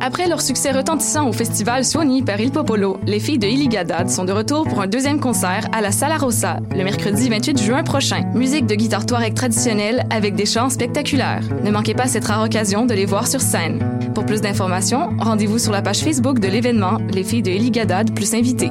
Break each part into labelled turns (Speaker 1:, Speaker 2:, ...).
Speaker 1: Après leur succès retentissant au festival Sony par Il Popolo, les filles de Iligadad sont de retour pour un deuxième concert à la Sala Rossa le mercredi 28 juin prochain. Musique de guitare touareg traditionnelle avec des chants spectaculaires. Ne manquez pas cette rare occasion de les voir sur scène. Pour plus d'informations, rendez-vous sur la page Facebook de l'événement Les filles de Iligadad plus invitées.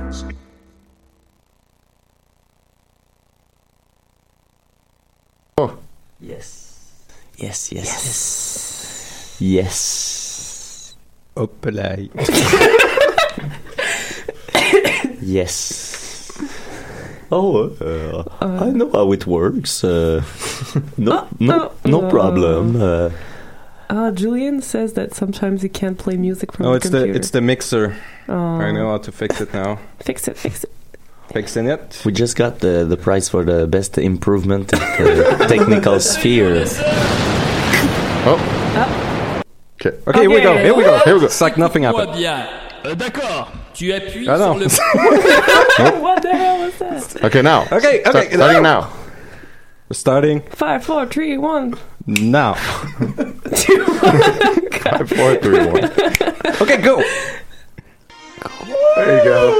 Speaker 2: Oh.
Speaker 3: Yes.
Speaker 2: Yes, yes. Yes. yes. Hop là. yes. Oh, uh, I know how it works. Uh, no, no, no problem. Uh,
Speaker 3: Uh, Julian says that sometimes he can't play music from
Speaker 4: Oh,
Speaker 3: the
Speaker 4: it's the
Speaker 3: computer.
Speaker 4: it's the mixer.
Speaker 3: Oh.
Speaker 4: I know how to fix it now.
Speaker 3: Fix it, fix it.
Speaker 4: Fixing it.
Speaker 2: We just got the, the prize for the best improvement at the technical sphere.
Speaker 5: Oh,
Speaker 4: Okay. Okay, Here we go. Here we go. Here we go. It's like nothing
Speaker 6: Quoi
Speaker 4: happened.
Speaker 6: bien. Euh, D'accord. Tu appuies
Speaker 4: Ah non.
Speaker 6: sur le.
Speaker 3: What the hell was that?
Speaker 5: okay now.
Speaker 4: Okay,
Speaker 5: Start-
Speaker 4: okay,
Speaker 5: starting
Speaker 4: now.
Speaker 5: now.
Speaker 4: We're starting
Speaker 3: Five, four, three, one.
Speaker 4: now.
Speaker 5: Five, four, three, one.
Speaker 4: Okay, go.
Speaker 5: There you go.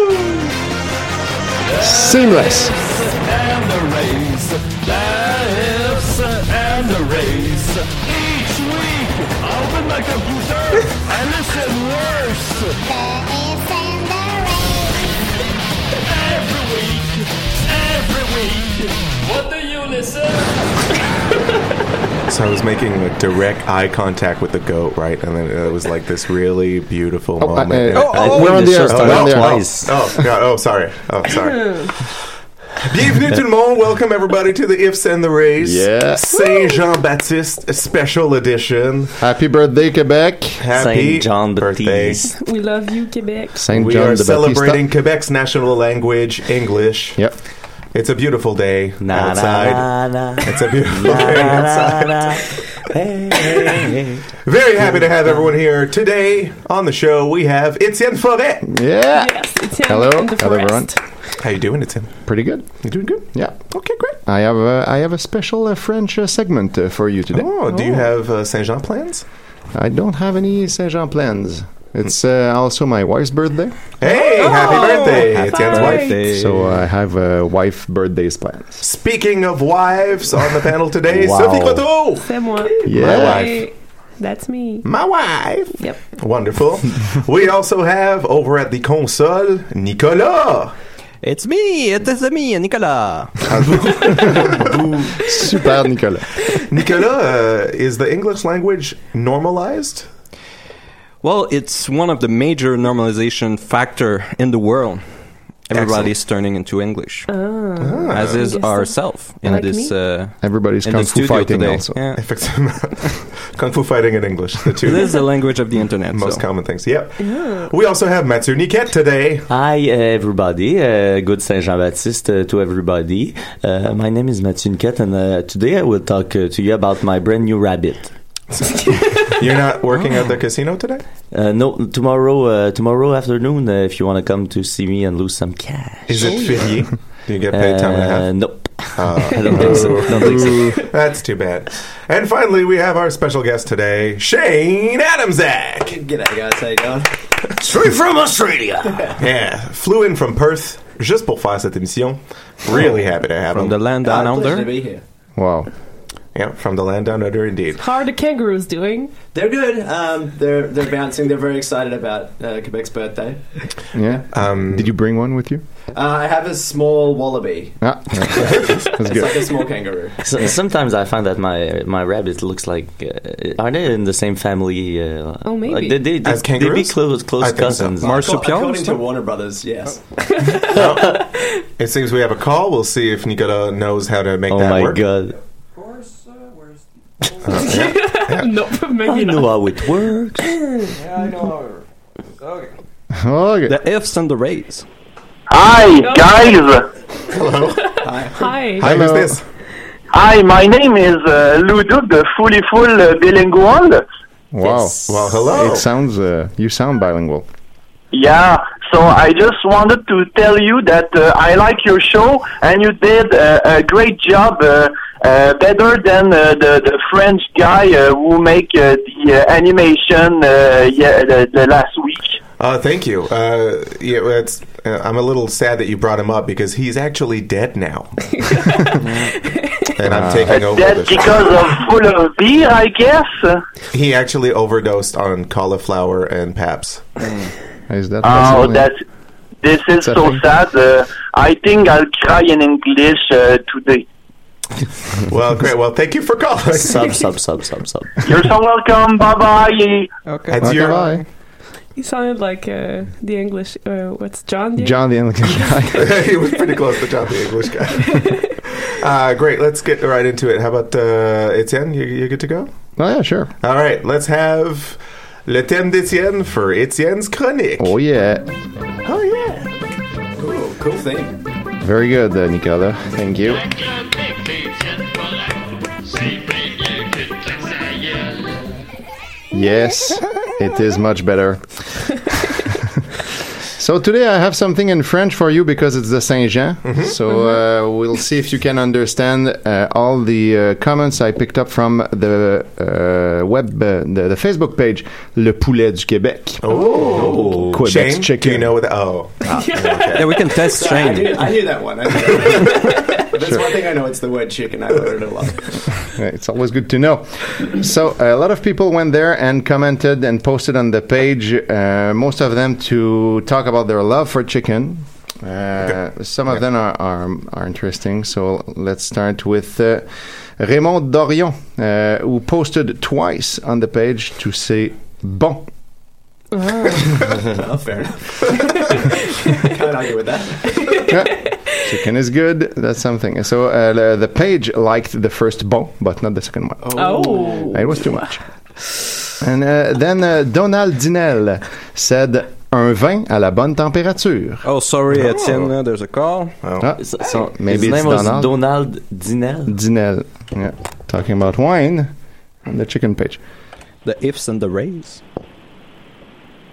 Speaker 5: Seamless.
Speaker 6: And the race, life's and the race. Each week, open my computer and listen worse. Every week, every week, what do you listen?
Speaker 7: So I was making a direct eye contact with the goat, right? And then it was like this really beautiful
Speaker 5: Oh, uh,
Speaker 7: moment. And-
Speaker 5: uh, oh,
Speaker 2: I think
Speaker 5: we're on
Speaker 2: the
Speaker 5: the air.
Speaker 2: show
Speaker 5: we're on
Speaker 2: started
Speaker 5: the air.
Speaker 2: twice.
Speaker 7: Oh, God. Oh, sorry. Oh, sorry. Bienvenue tout le monde. Welcome everybody to the Ifs and the Rays.
Speaker 5: Yeah.
Speaker 7: Saint Jean Baptiste Special Edition.
Speaker 5: Happy birthday, Quebec.
Speaker 7: Happy
Speaker 2: Saint John
Speaker 7: birthday.
Speaker 2: Baptiste.
Speaker 3: We love you, Quebec.
Speaker 5: Saint
Speaker 7: We
Speaker 5: John
Speaker 7: are
Speaker 5: the
Speaker 7: celebrating
Speaker 5: Baptista.
Speaker 7: Quebec's national language, English.
Speaker 5: Yep.
Speaker 7: It's a beautiful day
Speaker 2: Na,
Speaker 7: outside.
Speaker 2: na, na, na.
Speaker 7: It's a beautiful
Speaker 2: Na,
Speaker 7: day
Speaker 2: na,
Speaker 7: outside.
Speaker 2: na, na. Hey, hey, hey.
Speaker 7: Very happy to have everyone here today on the show. We have Etienne Forêt.
Speaker 5: Yeah.
Speaker 3: Yes, it's him
Speaker 5: Hello.
Speaker 3: in the
Speaker 5: Hello, everyone.
Speaker 3: forest.
Speaker 7: How you doing, Etienne?
Speaker 5: Pretty good.
Speaker 7: You doing good?
Speaker 5: Yeah.
Speaker 7: Okay, great.
Speaker 5: I have a, I have a special uh, French uh, segment uh, for you today.
Speaker 7: Oh, do you have uh, Saint Jean plans?
Speaker 5: I don't have any Saint Jean plans. It's uh, also my wife's birthday, Oh!
Speaker 7: Hey, happy birthday, Etienne's wife.
Speaker 4: Birthday.
Speaker 5: so I have a wife birthdays plans.
Speaker 7: Speaking of wives on the panel today,
Speaker 2: Wow.
Speaker 7: Sophie Coteau,
Speaker 3: Oh. C'est moi.
Speaker 5: Yeah.
Speaker 3: Hey, That's me.
Speaker 7: my wife.
Speaker 3: Yep.
Speaker 7: Wonderful. we also have over at the console, Nicolas.
Speaker 4: It's me. It is me, Nicolas.
Speaker 5: Super, Nicolas.
Speaker 7: Nicolas, uh, is the English language normalized?
Speaker 4: Well, it's one of the major normalization factor in the world.
Speaker 8: Everybody's turning into English,
Speaker 3: Oh. Uh-huh.
Speaker 7: Ah.
Speaker 8: as is
Speaker 3: Interesting.
Speaker 8: ourself in
Speaker 3: Like
Speaker 8: this.
Speaker 3: me?
Speaker 8: Uh,
Speaker 5: Ah. Everybody's
Speaker 8: in
Speaker 5: kung
Speaker 8: the
Speaker 5: fu
Speaker 8: studio
Speaker 5: fighting
Speaker 8: today.
Speaker 5: also.
Speaker 8: Yeah.
Speaker 7: Effectivement. Kung Fu fighting in English. The two
Speaker 8: This is the language of the internet.
Speaker 7: most
Speaker 8: so.
Speaker 7: common things. Yep. We also have Mathieu Niquette today.
Speaker 2: Hi, uh, everybody. Uh, good Saint Jean Baptiste uh, to everybody. Uh, my name is Mathieu Niquette, and uh, today I will talk uh, to you about my brand new rabbit.
Speaker 7: You're not working at the casino today?
Speaker 2: Uh, no, tomorrow, uh, tomorrow afternoon, uh, if you want to come to see me and lose some cash.
Speaker 7: Is
Speaker 5: Oh,
Speaker 7: it férié? Do you get paid time and a half?
Speaker 2: Uh, nope.
Speaker 7: Ah.
Speaker 2: I don't think so. Don't think so.
Speaker 7: That's too bad. And finally, we have our special guest today, Shane Adamzak.
Speaker 9: G'day guys, how you doing?
Speaker 2: Straight from Australia.
Speaker 7: Yeah, flew in from Perth just pour faire cette émission. Really happy to have
Speaker 8: From
Speaker 7: him.
Speaker 8: the land
Speaker 9: Uh,
Speaker 8: down
Speaker 9: pleasure to
Speaker 8: under.
Speaker 9: be here.
Speaker 5: Wow.
Speaker 7: yeah, from the land down under, indeed.
Speaker 3: How are the kangaroos doing?
Speaker 9: They're good. Um, they're they're bouncing. They're very excited about uh, Quebec's birthday.
Speaker 5: Yeah.
Speaker 7: Um,
Speaker 5: Did you bring one with you?
Speaker 9: Uh, I have a small wallaby.
Speaker 5: Ah, that's
Speaker 9: It's
Speaker 5: good.
Speaker 9: like a small kangaroo.
Speaker 2: So, sometimes I find that my my rabbit looks like. Uh, are they in the same family? Uh,
Speaker 3: Oh, maybe.
Speaker 2: Like they, they, they,
Speaker 7: As
Speaker 2: they be
Speaker 7: kangaroos?
Speaker 2: close
Speaker 7: I
Speaker 2: close
Speaker 7: think so.
Speaker 2: cousins.
Speaker 8: Marsupial and
Speaker 9: According to
Speaker 8: stuff?
Speaker 9: Warner Brothers, yes.
Speaker 7: It seems we have a call. We'll see if Nicola knows how to make
Speaker 2: Oh
Speaker 7: that
Speaker 2: my
Speaker 7: work. Uh,
Speaker 2: god!
Speaker 3: nope,
Speaker 2: I
Speaker 6: Oh,
Speaker 3: maybe not.
Speaker 2: know how it works.
Speaker 5: Okay.
Speaker 8: The ifs and the rays.
Speaker 10: Hi, guys.
Speaker 3: Hi.
Speaker 7: Hi, who's
Speaker 5: Hello.
Speaker 7: this?
Speaker 10: Hi, my name is uh, Ludo, the fully full uh, bilingual.
Speaker 5: Wow.
Speaker 7: Well, hello.
Speaker 5: It sounds, uh, you sound bilingual.
Speaker 10: Yeah, so I just wanted to tell you that uh, I like your show and you did uh, a great job, uh, uh, better than uh, the, the French guy uh, who make uh, the uh, animation uh, yeah, the, the last week.
Speaker 7: Uh, thank you. Uh, yeah, it's, uh, I'm a little sad that you brought him up because he's actually dead now. and I'm taking over.
Speaker 10: That's
Speaker 7: the show.
Speaker 10: because of full of beer, I guess.
Speaker 7: He actually overdosed on cauliflower and paps.
Speaker 5: Mm. Is that
Speaker 10: Oh,
Speaker 5: possible?
Speaker 10: that's this
Speaker 5: That's
Speaker 10: is so
Speaker 5: okay.
Speaker 10: sad. Uh, I think I'll cry in English uh, today.
Speaker 7: Well, great. Well, thank you for calling.
Speaker 2: sub sub sub sub sub.
Speaker 10: You're so welcome. Bye bye.
Speaker 8: Okay.
Speaker 7: That's
Speaker 5: Okay,
Speaker 7: your-
Speaker 5: bye.
Speaker 3: You sounded like uh, the English. Uh, what's John? Deere?
Speaker 5: John the
Speaker 7: Oh,
Speaker 5: English guy.
Speaker 7: he was pretty close to John the English guy. uh, great. Let's get right into it. How about uh, Etienne? You, you good to go?
Speaker 5: oh, yeah, sure.
Speaker 7: All right. Let's have Le Thème d'Etienne for Etienne's Chronique.
Speaker 5: Oh, yeah.
Speaker 7: Oh, yeah.
Speaker 9: Cool, cool thing.
Speaker 5: Very good, uh, Nicola. Thank you. Yes, it is much better. so today I have something in French for you because it's the Saint Jean.
Speaker 7: Mm-hmm.
Speaker 5: So uh, we'll see if you can understand uh, all the uh, comments I picked up from the uh, web, uh, the, the Facebook page, Le Poulet du Québec.
Speaker 7: Oh.
Speaker 5: Quebec's
Speaker 7: Shane, do you
Speaker 5: chicken. Ah,
Speaker 7: know what? the- Oh.
Speaker 8: Yeah, we can test
Speaker 9: I
Speaker 8: Shane.
Speaker 9: knew, I knew that one. I knew that one. But There's one thing I know. It's the word chicken. I learned it a lot.
Speaker 5: It's always good to know. So a lot of people went there and commented and posted on the page. Uh, most of them to talk about their love for chicken. Uh, Some of them are, are are interesting. So let's start with uh, Raymond Dorion, uh, who posted twice on the page to say "bon."
Speaker 9: Oh, fair enough. Can't argue with that.
Speaker 5: Chicken is good. That's something. So uh, the, the page liked the first "bon," but not the second one.
Speaker 3: Oh.
Speaker 5: It was too much. And uh, then uh, Donald Dinell said un vin à la bonne température.
Speaker 8: Oh, sorry, Etienne. uh, There's a call. Oh.
Speaker 5: Ah,
Speaker 2: So, so
Speaker 5: Maybe
Speaker 2: Oh.
Speaker 5: it's
Speaker 2: his name was
Speaker 5: Donald.
Speaker 2: Donald Dinel.
Speaker 5: Dinell. Yeah. Talking about wine on the chicken page.
Speaker 8: The ifs and the rays.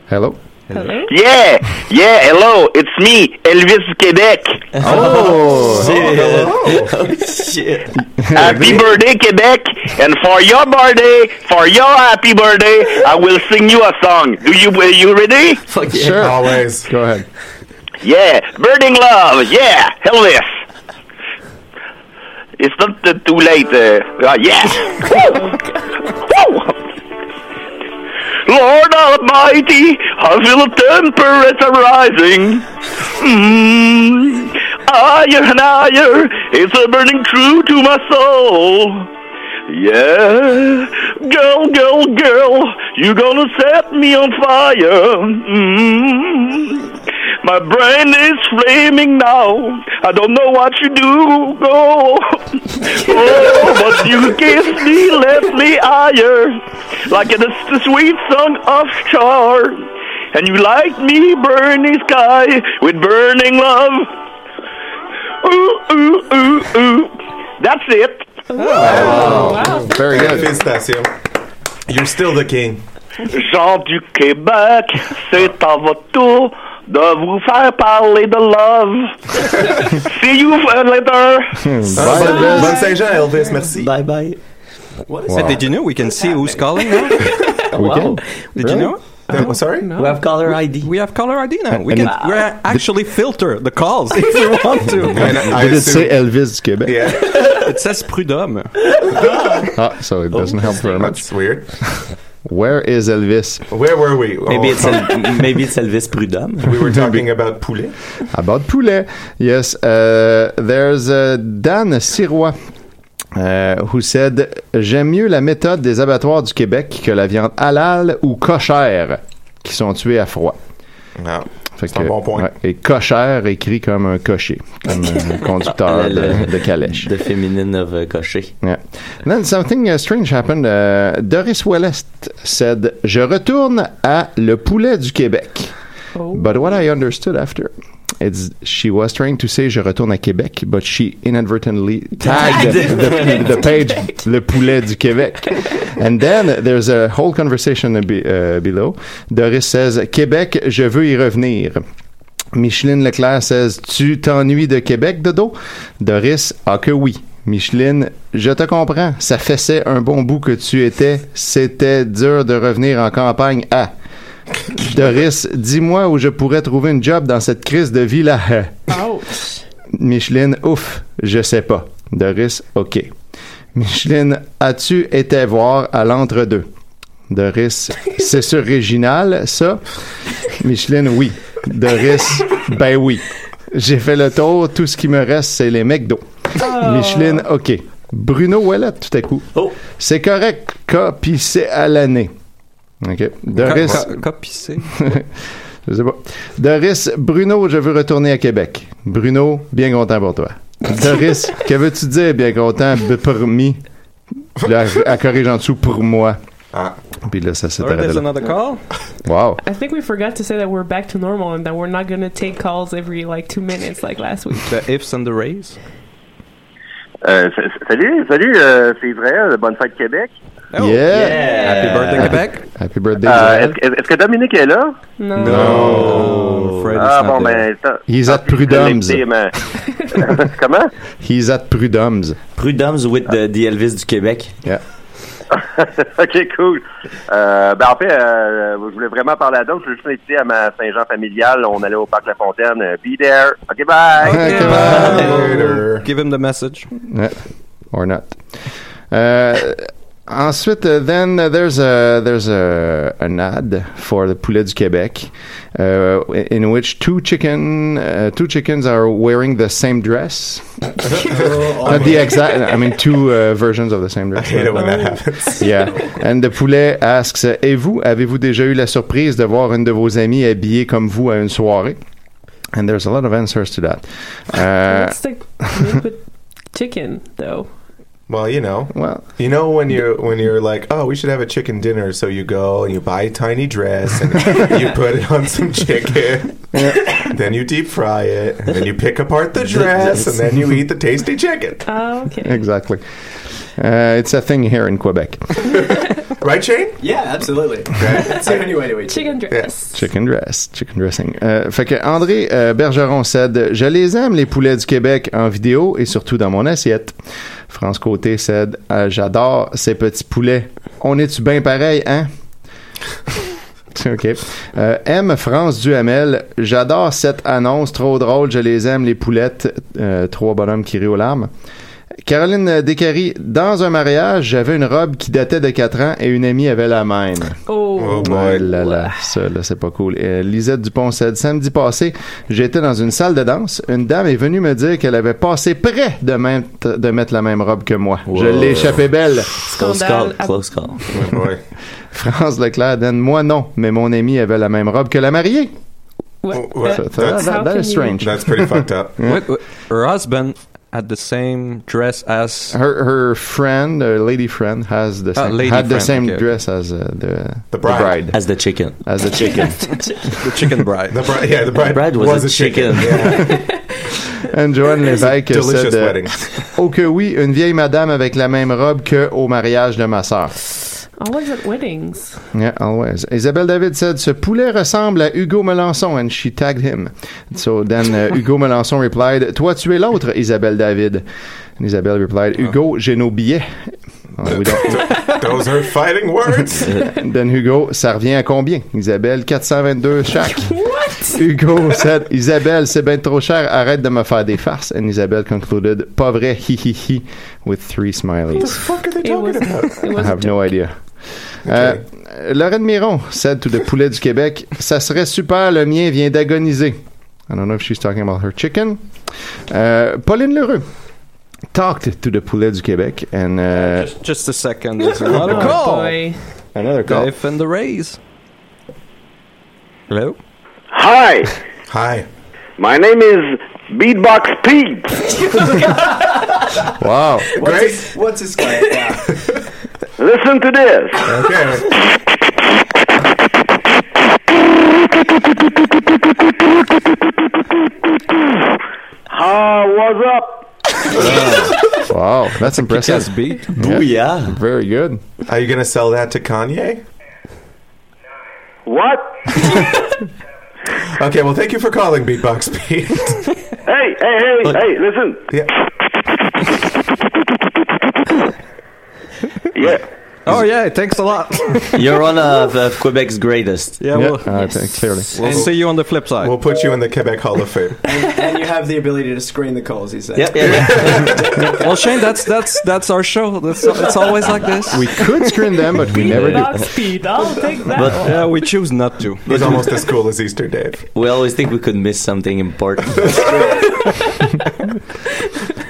Speaker 5: Hello.
Speaker 3: Hello.
Speaker 10: Yeah, yeah, hello, it's me, Elvis Quebec.
Speaker 5: Oh,
Speaker 2: Oh, Shit.
Speaker 10: Happy birthday, Quebec. And for your birthday, for your happy birthday, I will sing you a song. Do you, are you ready?
Speaker 2: Fuck yeah. Oh,
Speaker 5: sure.
Speaker 7: Always.
Speaker 5: Go ahead.
Speaker 10: Yeah, burning love, yeah, Elvis. It's not uh, too late, uh, uh, yeah. Woo! Woo! Lord Almighty, I feel a temperature rising. Mm, higher and higher, it's a burning true to my soul. Yeah, girl, girl, girl, you gonna set me on fire. Mm,
Speaker 11: My brain is flaming now. I don't know what you do. Go. Oh, but you kiss me, lift me higher. Like the s- sweet song of char. And you light me, burning sky, with burning love. Ooh, ooh, ooh, ooh. That's it.
Speaker 7: Very good. Oh, You're still the king.
Speaker 11: Gens du Québec, c'est à votre tour de vous faire parler de love. See you later.
Speaker 7: Ah, bonne- bonne Saint-Jean, Elvis. Merci.
Speaker 2: Hmm. Bye bye.
Speaker 8: What
Speaker 7: is
Speaker 8: is
Speaker 7: it?
Speaker 8: Did you know we can see who's calling now?
Speaker 2: can?
Speaker 8: Did
Speaker 2: Really?
Speaker 8: you know?
Speaker 7: No, Uh, sorry.
Speaker 2: We have caller ID.
Speaker 8: We have caller ID now. We can
Speaker 2: And it-
Speaker 8: we actually filter the calls if we want to.
Speaker 5: Did it say Elvis du Québec?
Speaker 8: It says Prud'homme.
Speaker 5: Ah, so it doesn't help very much.
Speaker 7: Oh, That's weird.
Speaker 5: Where is Elvis?
Speaker 7: Where were we?
Speaker 2: Maybe
Speaker 7: Oh.
Speaker 2: it's El- maybe it's Elvis Prudhomme.
Speaker 7: We were talking about poulet.
Speaker 5: About poulet. Yes, uh, there's uh, Dan Sirois. uh, who said J'aime mieux la méthode des abattoirs du Québec que la viande halal ou cochère qui sont tuées à froid. Fait
Speaker 7: Ah. c'est un bon point.
Speaker 5: ouais, et cochère écrit comme un cocher, comme un conducteur
Speaker 2: Le-
Speaker 5: de,
Speaker 2: le-
Speaker 5: de calèche.
Speaker 2: The feminine of uh, cocher.
Speaker 5: Yeah. Then something uh, strange happened. Uh, Doris Wellest said, "Je retourne à le poulet du Québec." But what I understood after, it's she was trying to say "Je retourne à Québec," but she inadvertently tagged
Speaker 6: Tagged
Speaker 5: the, the page "Le poulet du Québec," and then there's a whole conversation be, uh, below. Doris says, "Québec, je veux y revenir." Micheline Leclerc says Tu t'ennuies de Québec, Dodo Doris, ah que oui. Micheline, je te comprends. Ça faisait un bon bout que tu étais. C'était dur de revenir en campagne à. Doris, dis-moi où je pourrais trouver une job dans cette crise de vie-là. Micheline, ouf, je sais pas. Doris, ok. Micheline, as-tu été voir à l'entre-deux? Doris, c'est sur Réginal, ça? Micheline, oui. Doris, ben oui. J'ai fait le tour, tout ce qui me reste, c'est les McDo. Micheline, ok. Bruno Ouellet, tout à coup. C'est correct, cas, puis c'est à l'année. OK. Doris.
Speaker 8: Co- co- copissé.
Speaker 5: Je sais pas. Doris, Bruno, je veux retourner à Québec. Bruno, bien content pour toi. Doris, que veux-tu dire, bien content, b- permis? Puis Là, elle- elle corrige en dessous pour moi.
Speaker 12: Ah.
Speaker 5: Puis là, ça s'est
Speaker 8: Or
Speaker 5: arrêté
Speaker 8: there's
Speaker 5: là.
Speaker 8: another call.
Speaker 5: Wow.
Speaker 3: I think we forgot to say that we're back to normal and that we're not going to take calls every like two minutes like last week.
Speaker 8: The ifs and the rays.
Speaker 12: Euh, sa- sa- salut, salut, euh, c'est Israël. Bonne fête Québec.
Speaker 5: Oh, Yeah.
Speaker 12: Happy birthday,
Speaker 5: Québec. Happy birthday,
Speaker 12: Euh,
Speaker 5: Israël.
Speaker 12: Est-ce est-ce que Dominique est là?
Speaker 3: Non.
Speaker 5: No. Fred is
Speaker 12: ah
Speaker 5: not
Speaker 12: bon,
Speaker 5: there.
Speaker 12: ben... tant-
Speaker 5: He's
Speaker 12: tant
Speaker 5: at
Speaker 12: pis, je l'ai
Speaker 5: Prud'homme's.
Speaker 12: écouté, mais- Comment?
Speaker 5: He's at Prud'homme's.
Speaker 2: Prud'homme's with the, the Elvis du Québec.
Speaker 5: Yeah.
Speaker 12: ok, cool. Euh, ben, en fait, euh, je voulais vraiment parler à d'autres. Je voulais juste inviter à ma Saint-Jean familiale. On allait au Parc La Fontaine. Euh, Be there. Ok, bye.
Speaker 8: Give him the message.
Speaker 5: Yeah. Or not. Uh, ensuite, uh, then uh, there's a there's a an ad for the poulet du Québec, uh, in which two chicken uh, two chickens are wearing the same dress. Not the exact. I mean, two uh, versions of the same dress.
Speaker 7: Oh, hate it when that happens.
Speaker 5: Yeah. And the poulet asks, et vous, avez-vous déjà eu la surprise de voir une de vos amies habillée comme vous à une soirée? And there's a lot of answers to that. Uh,
Speaker 3: What's the meat with chicken though?
Speaker 7: Well, you know.
Speaker 5: Well,
Speaker 7: you know when you're when you're like, oh, we should have a chicken dinner. So you go and you buy a tiny dress and you put it on some chicken. then you deep fry it. And then you pick apart the dress and then you eat the tasty chicken.
Speaker 3: Oh, okay.
Speaker 5: Exactly. Uh, it's a thing here in Quebec.
Speaker 7: Right, Shane?
Speaker 9: Yeah, absolutely. It's the only way to eat
Speaker 3: chicken dress.
Speaker 5: Chicken dress, chicken dressing. Euh, fait que André euh, Bergeron cède Je les aime, les poulets du Québec, en vidéo et surtout dans mon assiette. France Côté cède Euh, J'adore ces petits poulets. On est-tu bien pareil, hein? OK. Euh, M. France Duhamel, j'adore cette annonce, trop drôle, je les aime, les poulettes, Euh, trois bonhommes qui rient aux larmes. Caroline Descaries, dans un mariage, j'avais une robe qui datait de 4 ans et une amie avait la même.
Speaker 3: Oh.
Speaker 5: Ouais, là, là, ça, là, c'est pas cool. Euh, Lisette Dupont said, samedi passé, j'étais dans une salle de danse. Une dame est venue me dire qu'elle avait passé près de, mettre- de mettre la même robe que moi. Je l'ai échappé belle.
Speaker 2: Close call.
Speaker 3: Scandale.
Speaker 2: Close call.
Speaker 5: France Leclerc donne, moi non, mais mon ami avait la même robe que la mariée.
Speaker 3: What?
Speaker 7: What?
Speaker 3: That-
Speaker 7: That's-
Speaker 3: how
Speaker 7: that
Speaker 3: can you-
Speaker 7: is strange. That's pretty fucked up.
Speaker 8: Wait, wait, her husband had the same dress as
Speaker 5: Her her friend, her lady friend, has the
Speaker 8: Ah,
Speaker 5: same,
Speaker 8: lady
Speaker 5: had the
Speaker 8: friend,
Speaker 5: same
Speaker 8: okay.
Speaker 5: dress as uh, the, the
Speaker 8: bride.
Speaker 2: As the chicken.
Speaker 5: As the chicken.
Speaker 8: the chicken bride.
Speaker 7: The bride, yeah, the bride,
Speaker 2: was a chicken.
Speaker 5: And Joanne Lévesque
Speaker 7: Delicious
Speaker 5: said, euh,
Speaker 7: wedding.
Speaker 5: Oh que oui, une vieille madame avec la même robe que au mariage de ma sœur.
Speaker 3: Always at weddings.
Speaker 5: Yeah, always. Isabelle David said, "Ce poulet ressemble à Hugo Melançon," and she tagged him. So then uh, Hugo Melançon replied, "Toi, tu es l'autre, Isabelle David." And Isabelle replied, "Hugo, j'ai nos billets." Oh, we don't-
Speaker 7: Those are fighting words.
Speaker 5: then Hugo, ça revient à combien? Isabelle, 422 chaque. Hugo said, Isabelle, c'est bien trop cher, arrête de me faire des farces. And Isabelle concluded, pas vrai, hi hi hi, with three smileys.
Speaker 7: fuck are they talking about?
Speaker 5: I have no idea. Euh, Lorraine Miron said to the poulet du Québec, ça serait super, le mien vient d'agoniser. I don't know if she's talking about her chicken. Euh, Pauline Lheureux talked to the poulet du Québec and uh,
Speaker 8: Just a second. There's another call.
Speaker 5: Another
Speaker 8: call. Dave and the Rays. Hello?
Speaker 13: Hi.
Speaker 7: Hi.
Speaker 13: My name is Beatbox Pete.
Speaker 5: wow.
Speaker 9: What's his, what's his class? Yeah.
Speaker 13: Listen to this.
Speaker 7: Okay.
Speaker 13: Ah, what's up?
Speaker 5: wow, that's impressive.
Speaker 7: Yes, beat.
Speaker 5: Booyah. Very good.
Speaker 7: Are you going to sell that to Kanye?
Speaker 13: What?
Speaker 7: Okay, well, thank you for calling, Beatbox Pete.
Speaker 13: Hey, hey, hey,
Speaker 7: Look.
Speaker 13: hey, listen.
Speaker 7: Yeah.
Speaker 13: Yeah.
Speaker 8: Oh, yeah, thanks a lot.
Speaker 2: You're one of uh, Quebec's greatest.
Speaker 8: Yeah, well-
Speaker 5: I think uh, clearly.
Speaker 8: We'll see you on the flip side.
Speaker 7: We'll put you in the Quebec Hall of Fame.
Speaker 9: And, and you have the ability to screen the calls, he said.
Speaker 8: well, Shane, that's that's that's our show. That's, it's always like this.
Speaker 5: We could screen them, but we never
Speaker 3: Box speed. I'll take that.
Speaker 8: But
Speaker 2: uh,
Speaker 8: yeah, we choose not to.
Speaker 7: He's almost as cool as Easter Dave.
Speaker 2: We always think we could miss something important.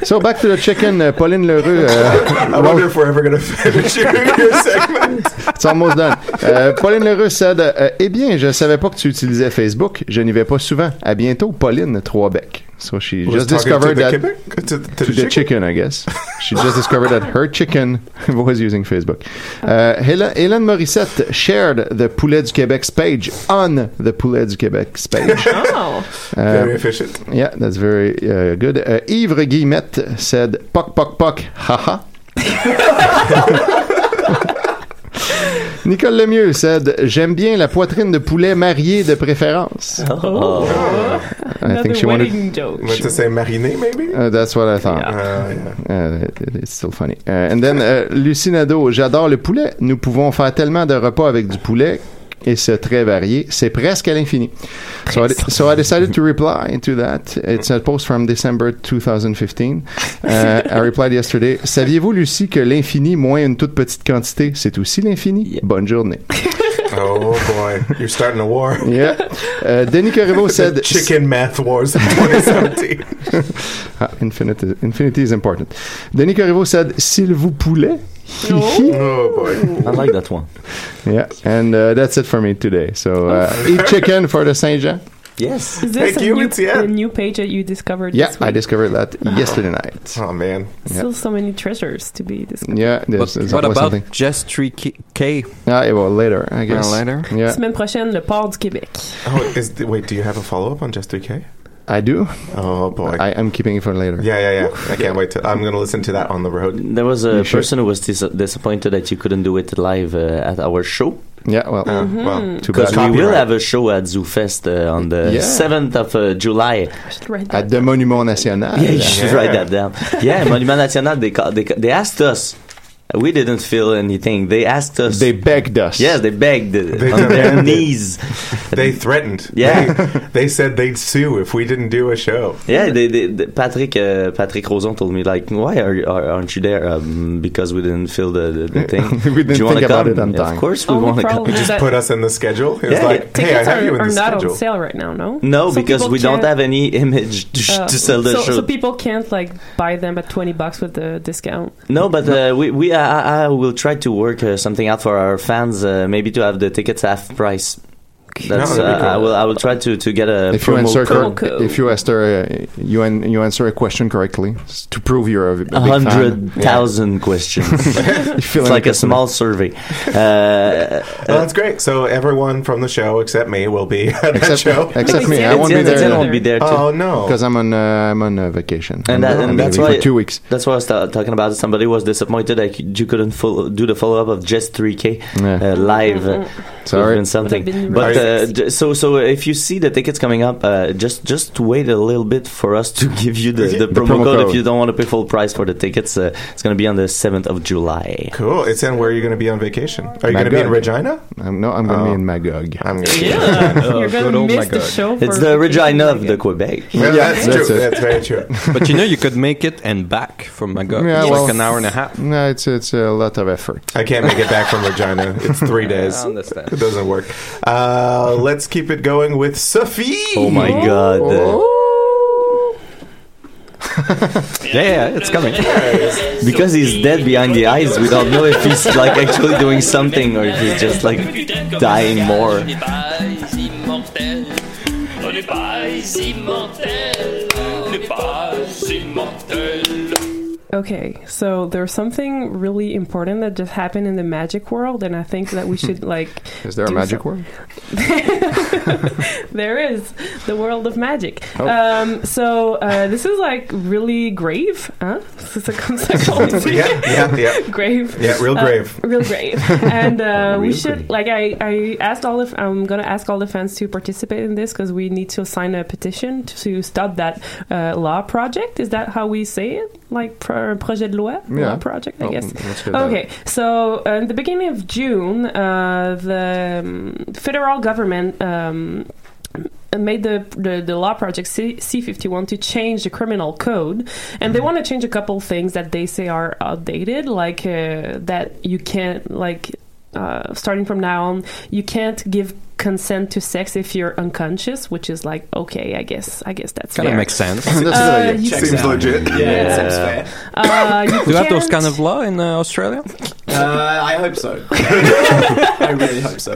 Speaker 5: So back to the chicken, uh, Pauline Lheureux. Uh,
Speaker 7: I wonder if we're ever going to finish your, your segment.
Speaker 5: It's almost done. Euh, Pauline Lheureux said, euh, Eh bien, je ne savais pas que tu utilisais Facebook. Je n'y vais pas souvent. À bientôt, Pauline Troisbec. So she
Speaker 7: Was
Speaker 5: just
Speaker 7: talking to
Speaker 5: discovered
Speaker 7: the
Speaker 5: that.
Speaker 7: Quebec? To- to
Speaker 5: to
Speaker 7: the
Speaker 5: the chicken, I guess. She just discovered that her chicken was using Facebook. Uh, Helen, Hélène Morissette shared the Poulet du Québec's page on the Poulet du Québec's page.
Speaker 3: Oh.
Speaker 5: Uh,
Speaker 7: Very efficient.
Speaker 5: Yeah, that's very uh, good. Uh, Yves Guillemette said, Poc, poc, poc, haha. Nicole Lemieux said, J'aime bien la poitrine de poulet mariée de préférence. I think she wanted.
Speaker 7: Meant to say mariné, maybe?
Speaker 5: Uh, that's what I thought.
Speaker 7: Uh, yeah.
Speaker 5: Uh, it- it's still funny. Uh, and then, uh, Lucinado, j'adore le poulet. Nous pouvons faire tellement de repas avec du poulet et c'est très varié. C'est presque à l'infini. So I, de- so I decided to reply to that. It's a post from December 2015. Uh, I replied yesterday. Saviez-vous, Lucie, que l'infini moins une toute petite quantité, c'est aussi l'infini? Bonne journée.
Speaker 7: Oh boy, you're starting a war.
Speaker 5: Yeah. Uh, Denis Corriveau said,
Speaker 7: Chicken math wars of 2017.
Speaker 5: Ah, infinity, infinity is important. Denis Corriveau said, s'il vous poulet.
Speaker 7: oh boy.
Speaker 2: I like that one.
Speaker 5: Yeah, and uh, that's it for me today. So uh,
Speaker 7: Oh,
Speaker 5: eat chicken for the Saint Jean.
Speaker 2: Yes.
Speaker 3: Is this a new, a new page that you discovered?
Speaker 5: Yeah,
Speaker 3: this
Speaker 5: I
Speaker 3: week?
Speaker 5: discovered that yesterday night.
Speaker 7: Oh man.
Speaker 3: Still so many treasures to be discovered.
Speaker 5: Yeah, there's,
Speaker 8: But
Speaker 5: there's
Speaker 8: what
Speaker 5: always
Speaker 8: about
Speaker 5: something.
Speaker 8: just 3K?
Speaker 5: Ah, yeah, well, later, I guess.
Speaker 8: later?
Speaker 5: Yeah,
Speaker 3: Semaine prochaine, le port du Québec.
Speaker 7: Oh, is the, wait, do you have a follow up on Just 3K?
Speaker 5: I do.
Speaker 7: Oh boy.
Speaker 5: I, I'm keeping it for later.
Speaker 7: yeah, yeah, yeah. I can't wait to. I'm gonna listen to that on the road.
Speaker 2: There was a
Speaker 7: You should.
Speaker 2: person who was dis- disappointed that you couldn't do it live uh, at our show.
Speaker 5: Yeah, well, mm-hmm.
Speaker 7: Uh, well, too
Speaker 2: Because
Speaker 7: bad.
Speaker 2: we will
Speaker 7: Copyright.
Speaker 2: have a show at Zoo Fest uh, on the
Speaker 5: Yeah.
Speaker 2: 7th of uh, July.
Speaker 5: At the Monument National.
Speaker 2: Yeah, you should write that down. Yeah, Monument National, they, ca- they, ca- they asked us. We didn't feel anything. They asked us. They
Speaker 5: begged us.
Speaker 2: Yes, they begged
Speaker 7: They
Speaker 2: on their
Speaker 7: demanded.
Speaker 2: knees.
Speaker 7: They threatened.
Speaker 2: Yeah.
Speaker 7: They, they said they'd sue if we didn't do a show.
Speaker 2: Yeah, they, they, they- Patrick uh, Patrick Roson told me like, why are, you- are aren't you there? Um, because we didn't feel the, the, the thing.
Speaker 5: We didn't
Speaker 2: Do you wanna
Speaker 5: think about it
Speaker 2: come?
Speaker 5: on time.
Speaker 2: Of course, we
Speaker 3: Only
Speaker 2: want to come.
Speaker 3: problem is that
Speaker 7: Put us in the schedule. It was
Speaker 2: Yeah.
Speaker 7: like, hey, I
Speaker 3: tickets
Speaker 7: have
Speaker 3: are,
Speaker 7: you in
Speaker 3: are
Speaker 7: the
Speaker 3: not
Speaker 7: schedule.
Speaker 3: on sale right now, no?
Speaker 2: No,
Speaker 3: So
Speaker 2: because
Speaker 3: people
Speaker 2: we don't
Speaker 3: can't-
Speaker 2: have any image to, sh
Speaker 3: Uh,
Speaker 2: Mm, to sell the
Speaker 3: so,
Speaker 2: show.
Speaker 3: so people can't like buy them at 20 bucks with the discount.
Speaker 2: no, but uh, we we I, I- I will try to work uh, something out for our fans, uh, maybe to have the tickets half price.
Speaker 3: Coke.
Speaker 2: That's,
Speaker 5: No, that'd be
Speaker 2: uh, I will. I will try to, to get a
Speaker 5: If you
Speaker 2: promo
Speaker 5: answer, cor-
Speaker 2: code.
Speaker 5: if you answer, uh, you, an- you answer a question correctly s- to prove you're a v- big
Speaker 2: A
Speaker 5: fan.
Speaker 2: hundred thousand questions. it's like a small survey. Uh,
Speaker 7: Well, that's great. So everyone from the show except me will be at that
Speaker 5: Except,
Speaker 7: show.
Speaker 5: except me, I won't be there.
Speaker 7: Oh no!
Speaker 5: because I'm on uh, I'm on uh, vacation.
Speaker 2: and, that,
Speaker 5: I'm
Speaker 2: and that's
Speaker 5: leaving
Speaker 2: why
Speaker 5: for two weeks.
Speaker 2: That's why I was ta- talking about. Somebody was disappointed that you couldn't follow, do the follow up of just 3K uh, live. uh,
Speaker 5: Sorry.
Speaker 2: would've been
Speaker 5: Would've
Speaker 2: something.
Speaker 5: been
Speaker 2: But
Speaker 5: really
Speaker 2: uh, d- so so if you see the tickets coming up, uh, just just wait a little bit for us to give you the, the, promo, code, if you don't want to pay full price for the tickets. Uh, it's going to be on the seventh of July.
Speaker 7: Cool. It's in where you're going to be on vacation. Are you going to be in
Speaker 2: Magog.
Speaker 7: Regina?
Speaker 5: I'm, Um, no, I'm going to be in Magog.
Speaker 7: I'm going to be.
Speaker 3: You're gonna good old miss the Magog. show
Speaker 2: It's
Speaker 3: for
Speaker 2: the Regina of the Quebec.
Speaker 7: Yeah, that's, true. That's very true.
Speaker 8: but you know, you could make it and back from Magog.
Speaker 5: Yeah,
Speaker 8: It's
Speaker 5: well-
Speaker 8: like an hour and a half.
Speaker 5: No, it's it's a lot of effort.
Speaker 7: I can't make it back from Regina. It's three days.
Speaker 8: I understand.
Speaker 7: It doesn't work. Uh, let's keep it going with Sophie.
Speaker 2: Oh my god. Yeah, yeah, it's coming. because he's dead behind the eyes, we don't know if he's like actually doing something or if he's just like dying more.
Speaker 6: immortel. On n'est pas immortel. On n'est pas immortel.
Speaker 3: Okay, so there's something really important that just happened in the magic world, and I think that we should like.
Speaker 5: Is there a
Speaker 3: do
Speaker 5: magic
Speaker 3: some-
Speaker 5: word?
Speaker 3: there is the world of magic.
Speaker 5: Oh.
Speaker 3: Um, so uh, this is like really grave, huh? This is a conceptual.
Speaker 7: Yeah, yeah, yeah.
Speaker 3: grave.
Speaker 7: Yeah, real
Speaker 3: Uh,
Speaker 7: grave.
Speaker 3: real grave. And uh, we
Speaker 7: Real
Speaker 3: should like I I asked all of I'm gonna ask all the fans to participate in this because we need to sign a petition to stop that uh, law project. Is that how we say it? Like pro- projet de loi,
Speaker 6: Yeah.
Speaker 3: law project, I
Speaker 6: Oh,
Speaker 3: guess.
Speaker 6: let's get that.
Speaker 3: Okay, so uh, in the beginning of June, uh, the um, federal government um, made the, the the law project C- C51 to change the criminal code, and they want to change a couple things that they say are outdated, like uh, that you can't like. Uh, starting from now on, you can't give consent to sex if you're unconscious, which is like okay, I guess, I guess that's
Speaker 8: Kind of
Speaker 3: fair.
Speaker 8: makes sense.
Speaker 3: Uh, you can't- Uh, you
Speaker 8: Do you have
Speaker 3: can't-
Speaker 8: those kind of law in uh, Australia?
Speaker 9: Uh, I hope so. I really hope so.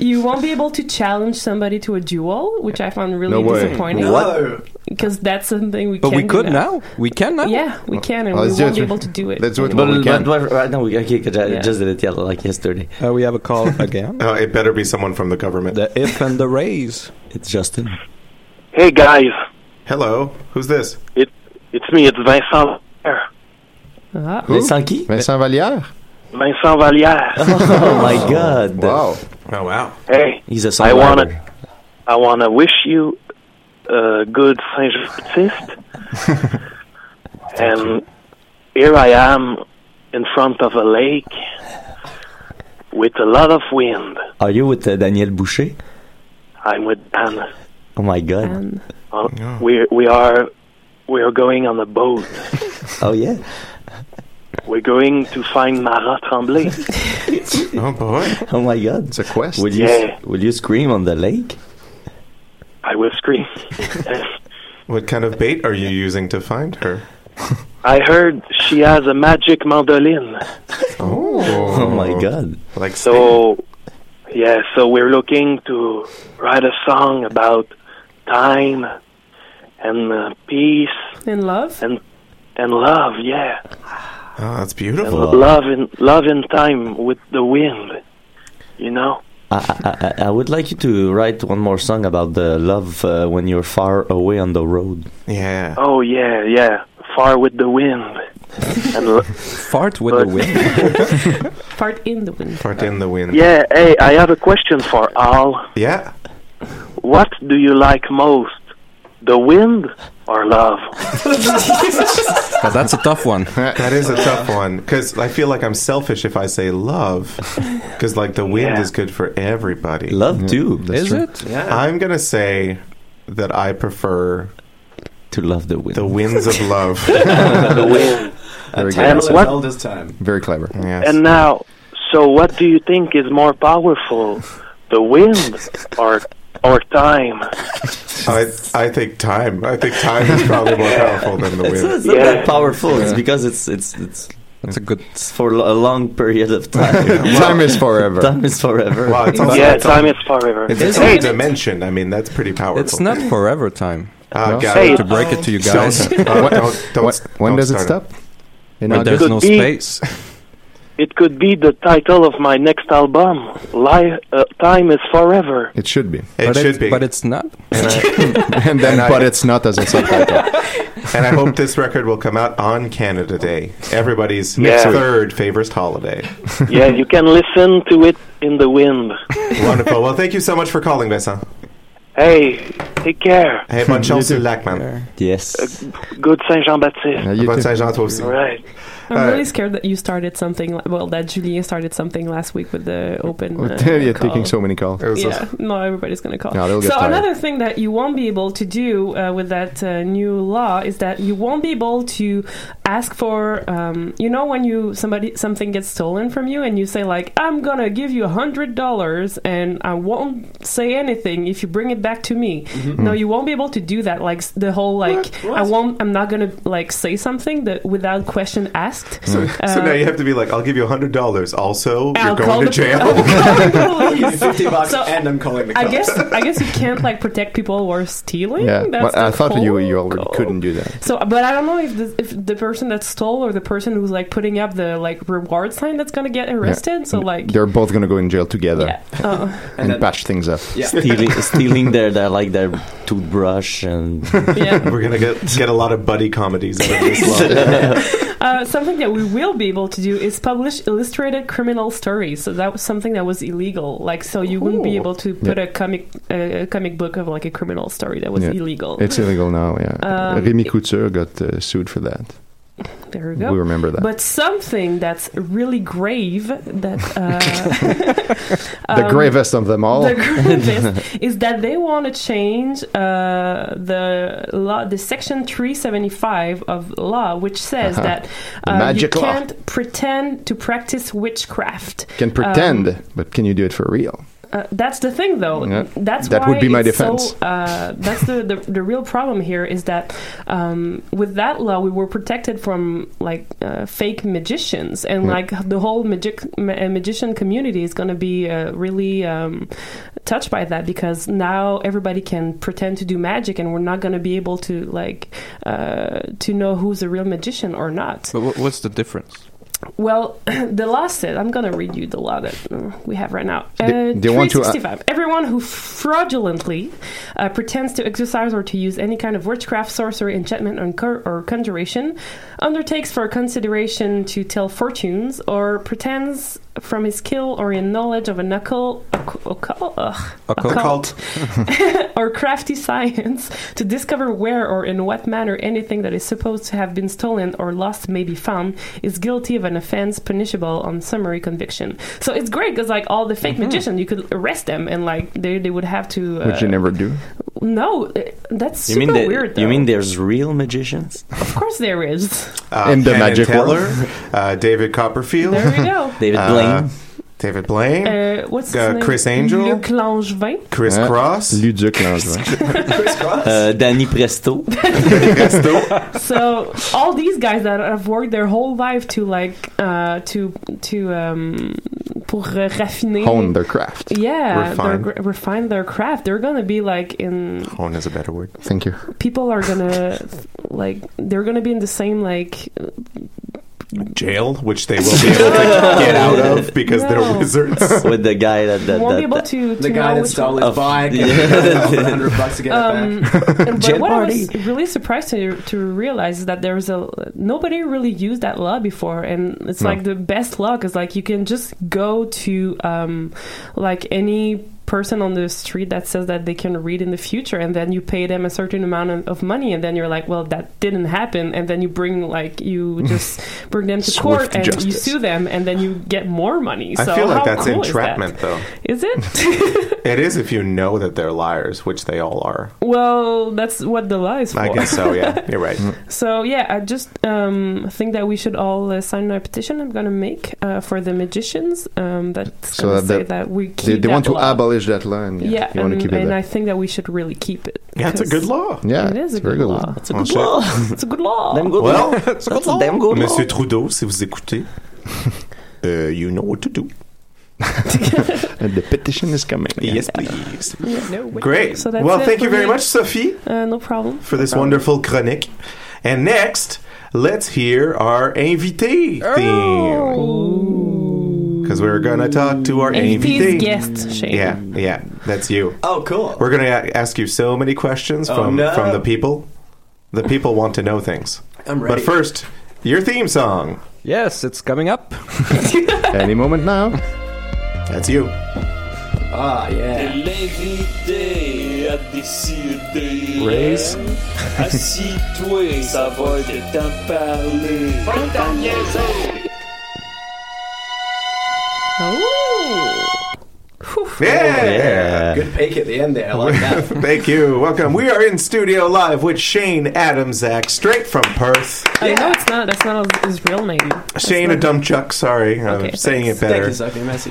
Speaker 3: You won't be able to challenge somebody to a duel, which I found really
Speaker 8: No way.
Speaker 3: disappointing.
Speaker 8: What?
Speaker 3: Because that's something we
Speaker 8: But
Speaker 3: can
Speaker 8: we
Speaker 3: do
Speaker 8: could now. We can now.
Speaker 3: Yeah, we can, and
Speaker 8: Let's
Speaker 3: we
Speaker 8: do
Speaker 3: won't
Speaker 8: it.
Speaker 3: be able to do it.
Speaker 2: but,
Speaker 3: anymore.
Speaker 2: but, but right now we okay, 'cause I
Speaker 3: Yeah.
Speaker 2: just did it yeah, like yesterday.
Speaker 8: Uh, we have a call again.
Speaker 7: Oh, it better be someone from the government.
Speaker 8: The if and the raise.
Speaker 2: It's Justin.
Speaker 13: Hey guys,
Speaker 7: Hello. Who's this?
Speaker 13: it's me, it's Vincent. Vallière.
Speaker 3: Uh-huh.
Speaker 2: Vincent qui?
Speaker 5: Vincent Vallière.
Speaker 13: Vincent Vallière.
Speaker 2: Oh my god.
Speaker 5: Wow.
Speaker 7: Oh wow.
Speaker 13: Hey,
Speaker 2: He's a
Speaker 13: I
Speaker 2: songwriter.
Speaker 13: wanna, I wanna wish you a good Saint Jean and here I am in front of a lake with a lot of wind.
Speaker 2: Are you with uh, Daniel Boucher?
Speaker 13: I'm with Dan.
Speaker 2: Oh my god.
Speaker 3: Um,
Speaker 13: Uh, We we are we are going on a boat.
Speaker 2: Oh yeah.
Speaker 13: We're going to find Marat Tremblay.
Speaker 7: oh boy.
Speaker 2: Oh my god. It's
Speaker 5: a quest.
Speaker 2: Will you
Speaker 13: Yeah.
Speaker 2: will you scream on the lake?
Speaker 13: I will scream.
Speaker 7: What kind of bait are you using to find her?
Speaker 13: I heard she has a magic mandolin.
Speaker 2: Oh my god.
Speaker 7: Like
Speaker 13: so, yeah. So we're looking to write a song about time and uh, peace
Speaker 3: and love
Speaker 13: and and love. Yeah,
Speaker 7: Oh, that's
Speaker 13: and
Speaker 7: beautiful.
Speaker 13: love in love in time with the wind. You know.
Speaker 2: I, I, I- I would like you to write one more song about the love uh, when you're far away on the road.
Speaker 7: Yeah.
Speaker 13: Oh yeah, yeah. Far with the wind. and l-
Speaker 8: Fart with the wind.
Speaker 3: Fart in the wind.
Speaker 7: Fart in the wind.
Speaker 13: yeah. Hey, I have a question for Al.
Speaker 7: Yeah.
Speaker 13: What do you like most, the wind or love?
Speaker 8: Oh, that's a tough one.
Speaker 7: That is a tough one because I feel like I'm selfish if I say love because like the wind
Speaker 13: Yeah.
Speaker 7: is good for everybody.
Speaker 2: Love too. that's Is true. it?
Speaker 7: Yeah. I'm gonna say that I prefer
Speaker 2: to love the wind.
Speaker 7: The winds of love.
Speaker 13: the wind.
Speaker 5: Very
Speaker 13: And
Speaker 5: good.
Speaker 13: what-
Speaker 5: Very clever.
Speaker 7: Yes.
Speaker 13: And now, so what do you think is more powerful, the wind or or time?
Speaker 7: I I think time. I think time is probably more powerful than the
Speaker 2: It's,
Speaker 7: wind.
Speaker 2: it's not that powerful. It's because it's it's it's
Speaker 8: That's a good.
Speaker 2: It's for lo- a long period of time.
Speaker 5: Time is forever.
Speaker 2: Time is forever.
Speaker 7: Wow, it's also-
Speaker 13: yeah,
Speaker 7: it's
Speaker 13: time
Speaker 7: all-
Speaker 13: is forever.
Speaker 7: It's its own dimension. I mean, that's pretty powerful.
Speaker 8: It's not forever time.
Speaker 7: Ah,
Speaker 8: No.
Speaker 7: got
Speaker 8: Hey.
Speaker 7: it.
Speaker 8: To break it to you
Speaker 7: Don't-
Speaker 8: guys.
Speaker 7: don't- uh,
Speaker 8: What-
Speaker 7: don't- don't-
Speaker 8: what-
Speaker 7: don't
Speaker 8: when does it
Speaker 7: start.
Speaker 5: stop?
Speaker 8: But there's
Speaker 13: Could
Speaker 8: no
Speaker 13: be-
Speaker 8: space.
Speaker 13: It could be the title of my next album. Life, uh, time is forever.
Speaker 5: It should be.
Speaker 7: It
Speaker 8: but
Speaker 7: should
Speaker 8: it's,
Speaker 7: be.
Speaker 8: But it's not.
Speaker 5: and then, but it's not as a subtitle.
Speaker 7: and I hope this record will come out on Canada Day, everybody's
Speaker 13: Yeah.
Speaker 7: third favorite holiday.
Speaker 13: yeah, you can listen to it in the wind.
Speaker 7: Wonderful. Well, thank you so much for calling, Vincent.
Speaker 13: Hey, uh, take care.
Speaker 7: Hey, bonne chance au lac, man.
Speaker 2: Yes.
Speaker 13: Good Saint Jean Baptiste.
Speaker 7: Bonne Saint-Jean, toi aussi.
Speaker 13: All right.
Speaker 3: I'm
Speaker 7: Uh,
Speaker 3: really scared that you started something. li- Well, that Julien started something last week with the open. Uh,
Speaker 5: You're
Speaker 3: call.
Speaker 5: taking so many calls.
Speaker 3: Yeah, no, everybody's gonna call.
Speaker 5: No, they'll get
Speaker 3: so
Speaker 5: tired.
Speaker 3: another thing that you won't be able to do uh, with that uh, new law is that you won't be able to ask for. Um, you know, when you somebody something gets stolen from you and you say like, "I'm gonna give you a hundred dollars and I won't say anything if you bring it back to me."
Speaker 7: Mm-hmm.
Speaker 3: No, you won't be able to do that. Like s- the whole like, I won't. I'm not gonna like say something that without question asked.
Speaker 7: So,
Speaker 2: Hmm.
Speaker 7: so
Speaker 3: Uh,
Speaker 7: now you have to be like, I'll give you hundred dollars.
Speaker 3: I'll
Speaker 7: Also, you're
Speaker 3: call
Speaker 7: going to
Speaker 3: the-
Speaker 7: jail.
Speaker 9: Fifty bucks,
Speaker 3: So,
Speaker 9: and I'm calling the
Speaker 3: I
Speaker 9: cops.
Speaker 3: guess I guess you can't like protect people who are stealing.
Speaker 5: Yeah,
Speaker 3: That's
Speaker 5: but I
Speaker 3: the
Speaker 5: thought
Speaker 3: whole-
Speaker 5: you you already couldn't do that.
Speaker 3: So, but I don't know if the, if the person that stole or the person who's like putting up the like reward sign that's gonna get arrested. So like,
Speaker 5: They're both gonna go in jail together
Speaker 3: uh,
Speaker 5: Mm-hmm. and, patch things up.
Speaker 2: stealing, stealing their, their like their toothbrush and
Speaker 7: We're gonna get get a lot of buddy comedies out of this.
Speaker 3: uh, something that we will be able to do is publish illustrated criminal stories. So that was something that was illegal. Like, so you wouldn't be able to put
Speaker 5: Yeah.
Speaker 3: a comic a comic book of like a criminal story that was
Speaker 5: Yeah.
Speaker 3: illegal.
Speaker 5: It's illegal now. Yeah,
Speaker 3: Um,
Speaker 5: Remy Couture got uh, sued for that.
Speaker 3: There we go.
Speaker 5: We remember that.
Speaker 3: But something that's really grave that uh,
Speaker 5: the
Speaker 3: um,
Speaker 5: gravest of them all.
Speaker 3: the gravest is that they want to change uh, the law, the section 375 of law, which says
Speaker 5: Uh-huh.
Speaker 3: that
Speaker 5: The
Speaker 3: uh, you
Speaker 5: magic law.
Speaker 3: can't pretend to practice witchcraft.
Speaker 5: Can
Speaker 3: Um,
Speaker 5: pretend, but can you do it for real?
Speaker 3: uh, that's the thing, though.
Speaker 5: Yeah.
Speaker 3: That's
Speaker 5: That
Speaker 3: why
Speaker 5: would be my
Speaker 3: it's
Speaker 5: defense.
Speaker 3: So, uh, that's the, the the real problem here is that um, with that law, we were protected from like uh, fake magicians, and
Speaker 5: Yeah.
Speaker 3: like the whole magic ma- uh, magician community is going to be uh, really um, touched by that because now everybody can pretend to do magic, and we're not going to be able to like uh, to know who's a real magician or not.
Speaker 8: But what, what's the difference?
Speaker 3: Well, the law said, I'm going to read you the law that uh, we have right now. Uh,
Speaker 8: They- they want to, uh,
Speaker 3: 365. Everyone who fraudulently uh, pretends to exercise or to use any kind of witchcraft, sorcery, enchantment, or, cur- or conjuration undertakes for consideration to tell fortunes or pretends from his skill or in knowledge of an occult, occ- occult, ugh,
Speaker 8: Occult.
Speaker 3: or crafty science to discover where or in what manner anything that is supposed to have been stolen or lost may be found is guilty of an offense punishable on summary conviction. So it's great because like all the fake
Speaker 2: Mm-hmm.
Speaker 3: magicians, you could arrest them and like they, they would have to. Uh,
Speaker 5: Which you never do.
Speaker 3: No, uh, that's
Speaker 2: you
Speaker 3: super
Speaker 2: mean that,
Speaker 3: weird. Though.
Speaker 2: you mean there's real magicians?
Speaker 3: Of course there is.
Speaker 7: Uh,
Speaker 5: In the
Speaker 7: Penn and
Speaker 5: magic
Speaker 7: Teller,
Speaker 5: world.
Speaker 7: uh, David Copperfield.
Speaker 3: There we go.
Speaker 2: David
Speaker 7: Uh,
Speaker 2: Blaine.
Speaker 7: David Blaine.
Speaker 3: Uh, what's his
Speaker 7: Uh,
Speaker 3: name?
Speaker 7: Chris Angel?
Speaker 3: Luc Langevin.
Speaker 7: Chris
Speaker 5: Hein?
Speaker 7: Cross.
Speaker 5: Luduc Langevin.
Speaker 2: Uh, Danny Presto.
Speaker 3: so all these guys that have worked their whole life to like uh, to to um, pour uh, raffiner
Speaker 5: Hone their craft.
Speaker 3: yeah
Speaker 7: Refine.
Speaker 3: Their, gr- refine their craft they're gonna be like in
Speaker 7: Hone is a better word.
Speaker 5: Thank you.
Speaker 3: people are gonna like they're gonna be in the same like
Speaker 7: Jail, which they will be able to get out of because
Speaker 3: No.
Speaker 7: they're wizards.
Speaker 2: with the guy that that,
Speaker 3: won't be
Speaker 2: that,
Speaker 3: able
Speaker 2: that
Speaker 3: to, to
Speaker 9: the guy
Speaker 3: know
Speaker 9: that
Speaker 3: which
Speaker 9: stole
Speaker 2: one-
Speaker 9: his bike,
Speaker 2: Yeah.
Speaker 9: and hundred bucks to get it
Speaker 3: um,
Speaker 9: back.
Speaker 3: but
Speaker 2: Jet
Speaker 3: what
Speaker 2: party.
Speaker 3: I was really surprised to, to realize is that there's a nobody really used that law before, and it's
Speaker 5: No.
Speaker 3: like the best law because like you can just go to um, like any person on the street that says that they can read in the future and then you pay them a certain amount of, of money and then you're like well that didn't happen and then you bring like you just bring them to court
Speaker 5: Swift
Speaker 3: and you
Speaker 5: justice.
Speaker 3: sue them and then you get more money so
Speaker 7: I feel
Speaker 3: how
Speaker 7: like that's
Speaker 3: cool is that?
Speaker 7: entrapment, though.
Speaker 3: is it
Speaker 7: It is if you know that they're liars, which they all are.
Speaker 3: well that's what the law is for
Speaker 7: I guess so. Yeah, you're
Speaker 2: Hmm.
Speaker 7: right.
Speaker 3: So yeah, I just um, think that we should all uh, sign a petition. I'm gonna make uh, for the magicians. Um, that's
Speaker 5: So
Speaker 3: gonna
Speaker 5: that
Speaker 3: say
Speaker 5: the-
Speaker 3: that we keep.
Speaker 5: They, they
Speaker 3: that
Speaker 5: want to
Speaker 3: law.
Speaker 5: abolish that law, and yeah,
Speaker 3: Yeah,
Speaker 5: you want
Speaker 3: and,
Speaker 5: to keep it
Speaker 3: and
Speaker 5: there.
Speaker 3: I think that we should really keep it.
Speaker 7: That's a good law. Oh,
Speaker 5: Yeah,
Speaker 3: It is a
Speaker 5: it's very
Speaker 3: good
Speaker 5: good
Speaker 3: law.
Speaker 5: law.
Speaker 3: That's a good law. It's a good law.
Speaker 2: Damn good
Speaker 7: Well,
Speaker 2: law. That's a damn good law.
Speaker 7: Monsieur Trudeau, si vous écoutez, euh, you know what to do.
Speaker 5: The petition is coming.
Speaker 7: Yes, please.
Speaker 3: No way.
Speaker 7: Great.
Speaker 3: So that's
Speaker 7: well,
Speaker 3: it
Speaker 7: thank you
Speaker 3: for
Speaker 7: very
Speaker 3: me.
Speaker 7: much, Sophie,
Speaker 3: Uh, no problem.
Speaker 7: for this wonderful chronique. And next, let's hear our invité theme. Because we're going to talk to our
Speaker 3: Invitee's
Speaker 7: invité.
Speaker 3: guest, Shane.
Speaker 7: Yeah, yeah, that's you.
Speaker 9: Oh, cool.
Speaker 7: We're going to ask you so many questions
Speaker 9: Oh,
Speaker 7: from,
Speaker 9: no.
Speaker 7: from the people. The people want to know things.
Speaker 9: I'm
Speaker 7: But
Speaker 9: ready.
Speaker 7: first, your theme song.
Speaker 8: Yes, it's coming up.
Speaker 5: Any moment now.
Speaker 7: That's you.
Speaker 9: Ah, yeah.
Speaker 14: L'invité a décidé.
Speaker 7: Raise.
Speaker 14: Assis-toi, ça va être temps de parler.
Speaker 3: Oh.
Speaker 7: Yeah.
Speaker 9: Good pick at the end there. I like that.
Speaker 7: Thank you. Welcome. We are in studio live with Shane Adamzak, straight from Perth.
Speaker 3: I know it's not. That's not his real name.
Speaker 7: Shane a dumb chuck. Sorry, I'm saying it better.
Speaker 9: Thank you, Sophie.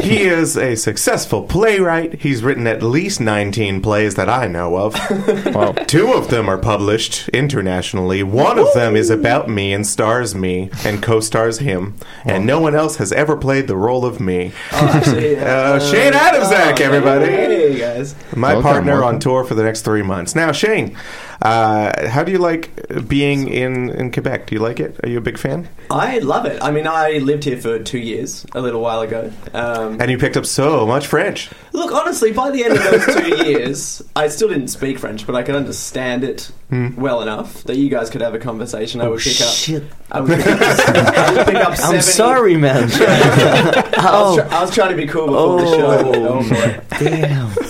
Speaker 7: he is a successful playwright. He's written at least 19 plays that I know of. Two of them are published internationally. One of them is about me and stars me and co-stars him. And no one else has ever played the role of me.
Speaker 9: Oh, actually,
Speaker 7: uh, Shane Adamzak, everybody.
Speaker 9: Oh, Hey, guys.
Speaker 7: My
Speaker 5: Welcome,
Speaker 7: partner
Speaker 5: welcome.
Speaker 7: on tour for the next three months. Now, Shane, uh, how do you like being in, in Quebec? Do you like it? Are you a big fan?
Speaker 9: I love it. I mean, I lived here for two years a little while ago. Um,
Speaker 7: And you picked up so much French.
Speaker 9: Look, honestly, by the end of those two years, I still didn't speak French, but I could understand it
Speaker 7: Hmm.
Speaker 9: well enough that you guys could have a conversation. I
Speaker 2: Oh,
Speaker 9: would pick up.
Speaker 2: shit.
Speaker 9: I would pick up, I would pick up 70.
Speaker 2: I'm sorry, man.
Speaker 9: I was, try- I was trying to be cool before the show. Oh, boy.
Speaker 2: Damn.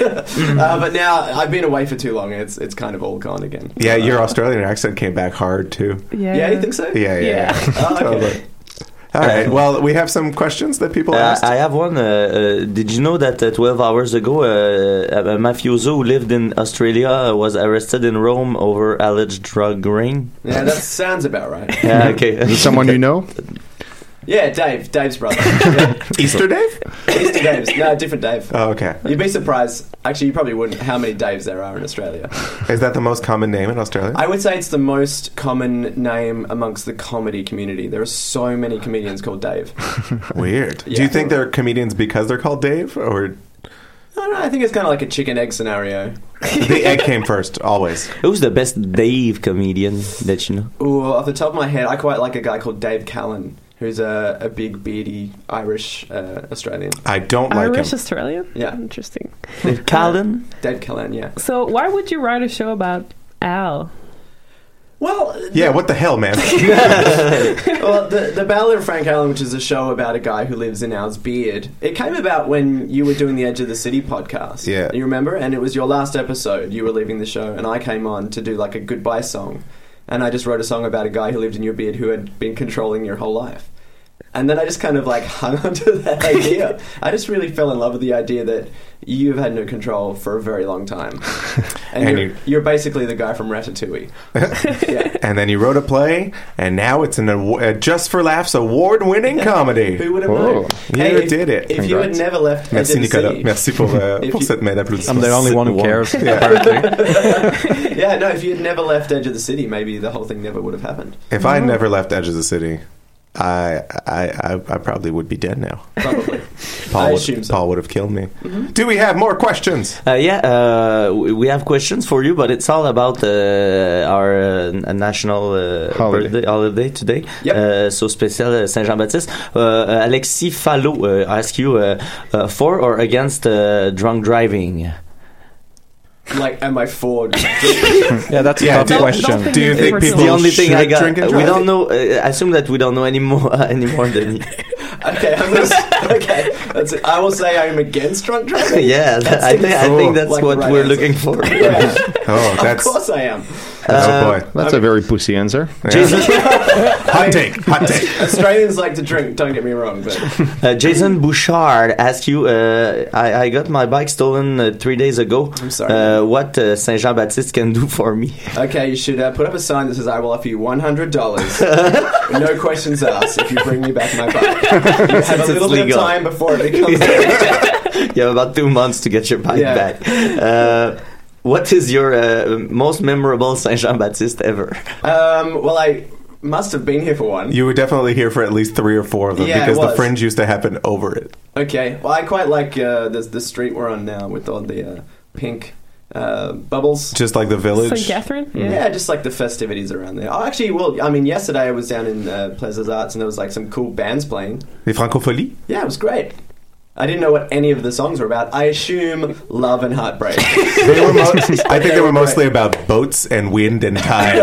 Speaker 9: Uh, but now I've been away for too long. and It's it's kind of all gone again.
Speaker 7: Yeah, your Australian accent came back hard too.
Speaker 9: Yeah. you think so?
Speaker 7: Yeah, yeah. yeah.
Speaker 9: Oh, okay.
Speaker 7: Totally. All right. Well, we have some questions that people
Speaker 2: Uh,
Speaker 7: asked.
Speaker 2: I have one. Uh, uh, did you know that uh, 12 hours ago, uh, a mafioso who lived in Australia uh, was arrested in Rome over alleged drug ring?
Speaker 9: Yeah, that sounds about right.
Speaker 2: Yeah, okay.
Speaker 5: Is it someone you know?
Speaker 9: Yeah, Dave, Dave's brother. Yeah.
Speaker 7: Easter Dave?
Speaker 9: Easter Dave's. No, different Dave.
Speaker 7: Oh, okay.
Speaker 9: You'd be surprised. Actually, you probably wouldn't. How many Daves there are in Australia?
Speaker 7: Is that the most common name in Australia?
Speaker 9: I would say it's the most common name amongst the comedy community. There are so many comedians called Dave.
Speaker 7: Weird. Do
Speaker 9: Yeah.
Speaker 7: you think they're comedians because they're called Dave, or
Speaker 9: I don't know. I think it's kind of like a chicken egg scenario.
Speaker 7: the egg came first always?
Speaker 2: Who's the best Dave comedian that you know?
Speaker 9: Ooh, off the top of my head, I quite like a guy called Dave Callan, who's a, a big beardy Irish uh, Australian.
Speaker 7: I don't like
Speaker 3: Irish
Speaker 7: him.
Speaker 3: Australian.
Speaker 9: Yeah.
Speaker 3: Interesting.
Speaker 2: Callan?
Speaker 9: Dave Callan, yeah.
Speaker 3: So why would you write a show about Al?
Speaker 9: Well,
Speaker 7: Yeah. What the hell, man?
Speaker 9: well, the, the Ballad of Frank Allen, which is a show about a guy who lives in Al's beard, it came about when you were doing the Edge of the City podcast.
Speaker 7: Yeah.
Speaker 9: You remember? And it was your last episode. You were leaving the show, and I came on to do like a goodbye song. And I just wrote a song about a guy who lived in your beard who had been controlling your whole life. And then I just kind of like hung onto that idea. I just really fell in love with the idea that you've had no control for a very long time.
Speaker 7: And
Speaker 9: And, you're,
Speaker 7: you-
Speaker 9: you're basically the guy from Ratatouille.
Speaker 7: and then you wrote a play, and now it's an awa- uh, just for laughs award-winning comedy. Oh.
Speaker 9: Who would have known?
Speaker 7: You
Speaker 9: Hey, if-
Speaker 7: did it.
Speaker 9: If you had never left
Speaker 7: Merci
Speaker 9: Edge of the
Speaker 7: Nicolas.
Speaker 9: City-
Speaker 7: Merci pour, euh,
Speaker 9: If
Speaker 7: pour
Speaker 9: you-
Speaker 7: cette main d'applaudissement.
Speaker 8: I'm the only one who cares, apparently.
Speaker 9: yeah, no, if you had never left Edge of the City, maybe the whole thing never would have happened.
Speaker 7: If I had never left Edge of the City, I I, I, I probably would be dead now.
Speaker 9: Probably.
Speaker 7: Paul
Speaker 9: I
Speaker 7: would,
Speaker 9: assume so. Mm-hmm.
Speaker 7: Paul would have killed me. Do we have more questions?
Speaker 2: Uh, yeah, uh, w- we have questions for you, but it's all about uh, our uh, n- national uh,
Speaker 5: Holiday.
Speaker 2: birthday holiday today.
Speaker 9: Yep.
Speaker 2: Uh, so special uh, Saint Jean Baptiste. Uh, uh, Alexis Fallot uh, asked you uh, uh, for or against uh, drunk driving.
Speaker 9: Like, am I Ford?
Speaker 8: Yeah, that's
Speaker 7: Yeah,
Speaker 8: a tough
Speaker 7: don't-
Speaker 8: question.
Speaker 7: Do you think
Speaker 2: It's
Speaker 7: people
Speaker 2: the only thing I
Speaker 7: should
Speaker 2: got.
Speaker 7: drink and
Speaker 2: Uh, we
Speaker 7: drive?
Speaker 2: don't know. Uh, I assume that we don't know any more uh, any more than.
Speaker 9: okay, I'm gonna, s- okay, that's it. I will say I am against drunk driving.
Speaker 2: yeah,
Speaker 9: That
Speaker 2: I think I
Speaker 9: seems
Speaker 2: think that's
Speaker 9: like the
Speaker 2: what
Speaker 9: right
Speaker 2: we're
Speaker 9: answer.
Speaker 2: looking for.
Speaker 9: Yeah,
Speaker 7: Oh,
Speaker 9: of
Speaker 7: that's
Speaker 9: course I am.
Speaker 7: oh boy.
Speaker 5: That's a very pussy answer.
Speaker 2: Jason,
Speaker 7: Hot take. Hot take.
Speaker 9: Australians like to drink. Don't get me wrong, but
Speaker 2: Uh, Jason Bouchard asked you, uh, I, I got my bike stolen uh, three days ago.
Speaker 9: I'm sorry.
Speaker 2: Uh, what uh, Saint Jean Baptiste can do for me?
Speaker 9: okay, you should uh, put up a sign that says I will offer you one hundred dollars, no questions asked, if you bring me back my bike. You have
Speaker 2: Since
Speaker 9: a
Speaker 2: it's
Speaker 9: little bit of
Speaker 2: legal.
Speaker 9: time before it becomes.
Speaker 2: you have about two months to get your bike
Speaker 9: Yeah.
Speaker 2: back. Uh, What is your uh, most memorable Saint Jean Baptiste ever?
Speaker 9: Um, well, I must have been here for one.
Speaker 7: You were definitely here for at least three or four of them
Speaker 9: Yeah, it
Speaker 7: because the
Speaker 9: was.
Speaker 7: fringe used to happen over it.
Speaker 9: Okay. Well, I quite like uh, the the street we're on now with all the uh, pink uh, bubbles.
Speaker 7: Just like the village. Mm-hmm.
Speaker 3: St. Catherine?
Speaker 9: Yeah.
Speaker 3: Yeah.
Speaker 9: just like the festivities around there. Oh, actually, well, I mean, yesterday I was down in uh, Plaza's Arts and there was like some cool bands playing.
Speaker 7: Les Francopholies?
Speaker 9: Yeah, it was great. I didn't know what any of the songs were about. I assume love and heartbreak.
Speaker 7: They were mo- I think they were mostly about boats and wind and time.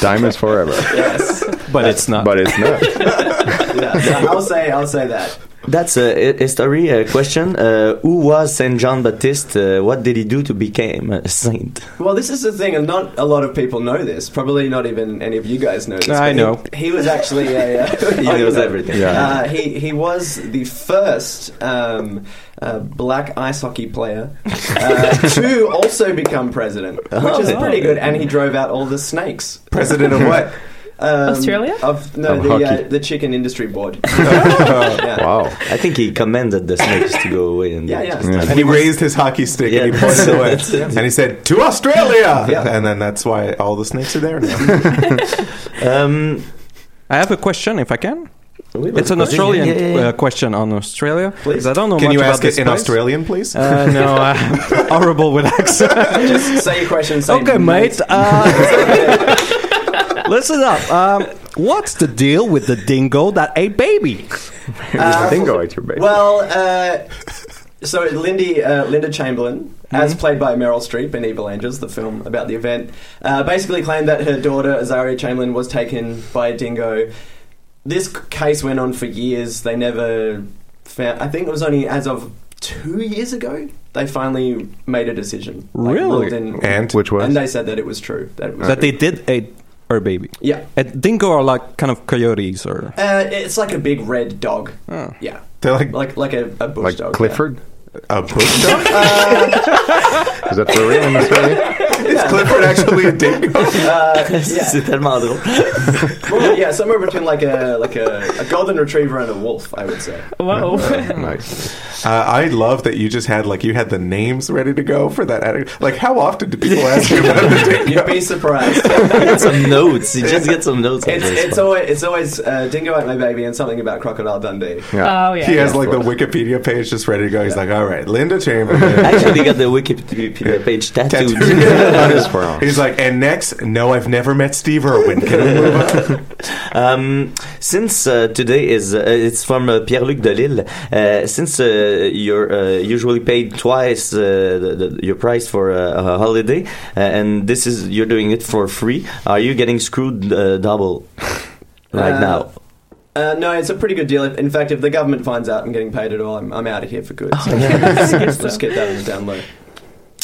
Speaker 5: Time is forever.
Speaker 9: Yes.
Speaker 2: But it's not.
Speaker 5: But it's not.
Speaker 9: Yeah, yeah, I'll say, I'll say that.
Speaker 2: That's a a history uh, question. Uh, who was Saint John Baptiste? Uh, what did he do to become a saint?
Speaker 9: Well, this is the thing, and not a lot of people know this. Probably not even any of you guys know this.
Speaker 2: I
Speaker 9: but
Speaker 2: know.
Speaker 9: He, he was actually a. Uh,
Speaker 2: He
Speaker 9: oh, you
Speaker 2: knows
Speaker 9: know.
Speaker 2: everything.
Speaker 9: Uh,
Speaker 2: Yeah.
Speaker 9: he, he was the first um, uh, black ice hockey player uh, to also become president, which is
Speaker 3: Oh.
Speaker 9: pretty good. And he drove out all the snakes.
Speaker 7: President of what?
Speaker 9: Um,
Speaker 3: Australia?
Speaker 9: Of, no,
Speaker 2: Of
Speaker 9: the,
Speaker 2: hockey. Oh.
Speaker 9: uh, the chicken industry board.
Speaker 2: Wow. I think he commanded the snakes to go away. And
Speaker 9: Yeah, yeah.
Speaker 7: And he raised his hockey stick and he pointed away. And he said, To Australia! And then that's why all the snakes are there now.
Speaker 2: um,
Speaker 8: I have a question, if I can.
Speaker 9: Oh,
Speaker 2: Oui,
Speaker 8: It's an
Speaker 7: vas-y.
Speaker 8: Australian
Speaker 7: Yeah, yeah, yeah.
Speaker 8: Uh, question on Australia.
Speaker 7: Please.
Speaker 8: Because I don't know
Speaker 7: Can
Speaker 8: much
Speaker 7: you
Speaker 8: about
Speaker 7: ask it
Speaker 8: this
Speaker 7: in
Speaker 8: place.
Speaker 7: Australian, please?
Speaker 8: Uh, no, I'm horrible with accent.
Speaker 9: Just say your question. Say
Speaker 8: okay, mate. Uh, listen up. Um, what's the deal with the dingo that ate baby?
Speaker 9: Uh,
Speaker 5: dingo ate your baby.
Speaker 9: Well, uh, so Lindy, uh, Linda Chamberlain, as
Speaker 8: Mm-hmm.
Speaker 9: played by Meryl Streep in Evil Angels, the film about the event, uh, basically claimed that her daughter, Azaria Chamberlain, was taken by a dingo. This c- case went on for years. They never found. I think it was only as of two years ago they finally made a decision. Like,
Speaker 8: Really?
Speaker 9: ruled in-
Speaker 8: And? Which was?
Speaker 9: And they said that it was true. That, it was
Speaker 8: that
Speaker 9: true.
Speaker 8: they did eat her baby.
Speaker 9: Yeah.
Speaker 8: Uh, dingo are like kind of coyotes or.
Speaker 9: Uh, it's like a big red dog.
Speaker 8: Oh.
Speaker 9: Yeah.
Speaker 7: They're like
Speaker 9: like like a, a bush
Speaker 5: Like
Speaker 9: dog. yeah.
Speaker 5: Clifford?
Speaker 7: A bush dog?
Speaker 5: Is that for real in Australia?
Speaker 9: Uh, Is
Speaker 7: Clifford actually a dingo?
Speaker 9: Uh, yeah.
Speaker 2: C'est tellement drôle.
Speaker 9: Well, yeah, somewhere between like a like a, a golden retriever and a wolf, I would say.
Speaker 3: Whoa.
Speaker 7: nice. Uh, I love that you just had like you had the names ready to go for that. ad- Like, how often do people ask you about the dingo?
Speaker 9: You'd be surprised.
Speaker 2: Get some notes. You just get some notes. on
Speaker 9: It's,
Speaker 2: this
Speaker 9: it's
Speaker 2: one.
Speaker 9: always it's always uh, dingo ate my baby and something about crocodile Dundee.
Speaker 3: Yeah. Oh, yeah.
Speaker 7: He has
Speaker 3: Yeah,
Speaker 7: like
Speaker 3: of
Speaker 7: the Wikipedia page just ready to go. He's like, all right, Linda Chamberlain.
Speaker 2: Actually, got the Wikipedia page tattooed.
Speaker 7: on his forearm. He's like, and next, no, I've never met Steve Irwin. Can we move on?
Speaker 2: um, since uh, today is uh, it's from uh, Pierre Luc Delille. Uh, since uh, you're uh, usually paid twice uh, the, the, your price for uh, a holiday, uh, and this is you're doing it for free, are you getting screwed uh, double right
Speaker 9: Uh,
Speaker 2: now?
Speaker 9: Uh, no, it's a pretty good deal. If- In fact, if the government finds out I'm getting paid at all, I'm, I'm out of here for good. So Let's get that on the down low.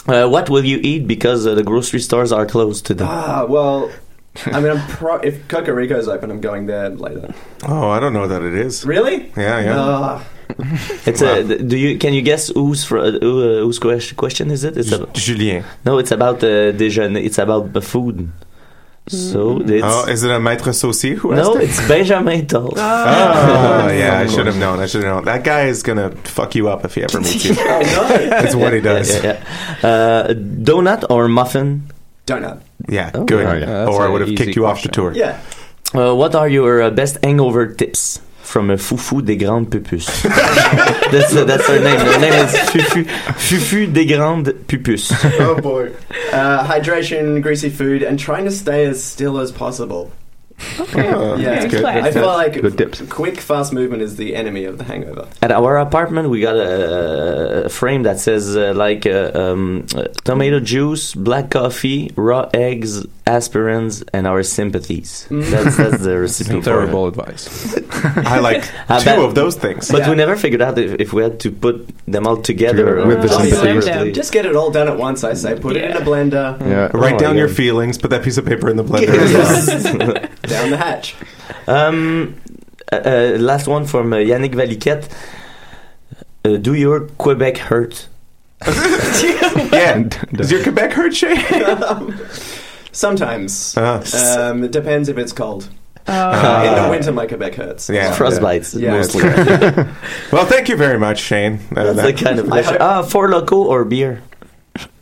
Speaker 2: Uh, what will you eat because uh, the grocery stores are closed today?
Speaker 9: Ah, well, I mean, I'm pro- if Coca Rico's open, I'm going there later.
Speaker 7: Oh, I don't know that it is.
Speaker 9: Really?
Speaker 7: Yeah, Oh, yeah.
Speaker 9: Ah.
Speaker 2: It's a. Do you can you guess whose fr- uh, who, uh, whose question, question is it? It's a,
Speaker 7: Julien.
Speaker 2: No, it's about uh, déjeuner. It's about the food. So it's
Speaker 7: oh, is it a maître saucier who asked
Speaker 2: no,
Speaker 7: it?
Speaker 2: it's Benjamin Toll.
Speaker 9: Ah,
Speaker 7: Oh, yeah, I should have known. I should have known. That guy is gonna fuck you up if he ever meets you.
Speaker 9: Oh,
Speaker 7: That's what he does.
Speaker 2: Yeah, yeah, yeah. Uh, donut or muffin?
Speaker 9: Donut.
Speaker 7: Yeah,
Speaker 2: Oh.
Speaker 7: good.
Speaker 2: Oh, yeah. That's
Speaker 7: or I
Speaker 2: a
Speaker 7: would have
Speaker 2: easy
Speaker 7: kicked you off the tour.
Speaker 9: Yeah.
Speaker 2: Uh, what are your uh, best hangover tips from uh, Fufu des Grandes Pupus? that's uh, that's her name. Her name is Fufu Fufu des Grandes Pupus.
Speaker 7: Oh boy.
Speaker 9: Uh, hydration, greasy food, and trying to stay as still as possible.
Speaker 7: Oh,
Speaker 9: yeah,
Speaker 7: that's good.
Speaker 9: I feel like
Speaker 7: Good tips.
Speaker 9: quick, fast movement is the enemy of the hangover.
Speaker 2: At our apartment, we got a, a frame that says uh, like uh, um, uh, tomato juice, black coffee, raw eggs, aspirins, and our sympathies.
Speaker 8: Mm.
Speaker 2: That's, that's the recipe.
Speaker 8: Terrible
Speaker 2: advice.
Speaker 7: I like
Speaker 2: I
Speaker 7: two
Speaker 2: bet-
Speaker 7: of those things.
Speaker 2: But we never figured out if, if we had to put them all together,
Speaker 7: Together with the
Speaker 2: or-
Speaker 7: sympathies.
Speaker 9: Just get it all done at once, I say. Put it in a blender,
Speaker 7: Yeah. Write down your feelings. Put that piece of paper in the blender. as well.
Speaker 9: down the hatch.
Speaker 2: Um, uh, uh, last one from uh, Yannick Valiquette. Uh, do your Quebec hurt?
Speaker 7: Oh. yeah. Does your Quebec hurt, Shay?
Speaker 9: Sometimes.
Speaker 7: Ah.
Speaker 9: Um, it depends if it's cold. Uh, in the winter, my Quebec hurts.
Speaker 7: Yeah,
Speaker 2: Frostbites,
Speaker 7: yeah.
Speaker 2: mostly.
Speaker 7: well, thank you very much, Shane. Uh,
Speaker 2: That's the kind of
Speaker 7: that-
Speaker 2: Ah, four loco or beer?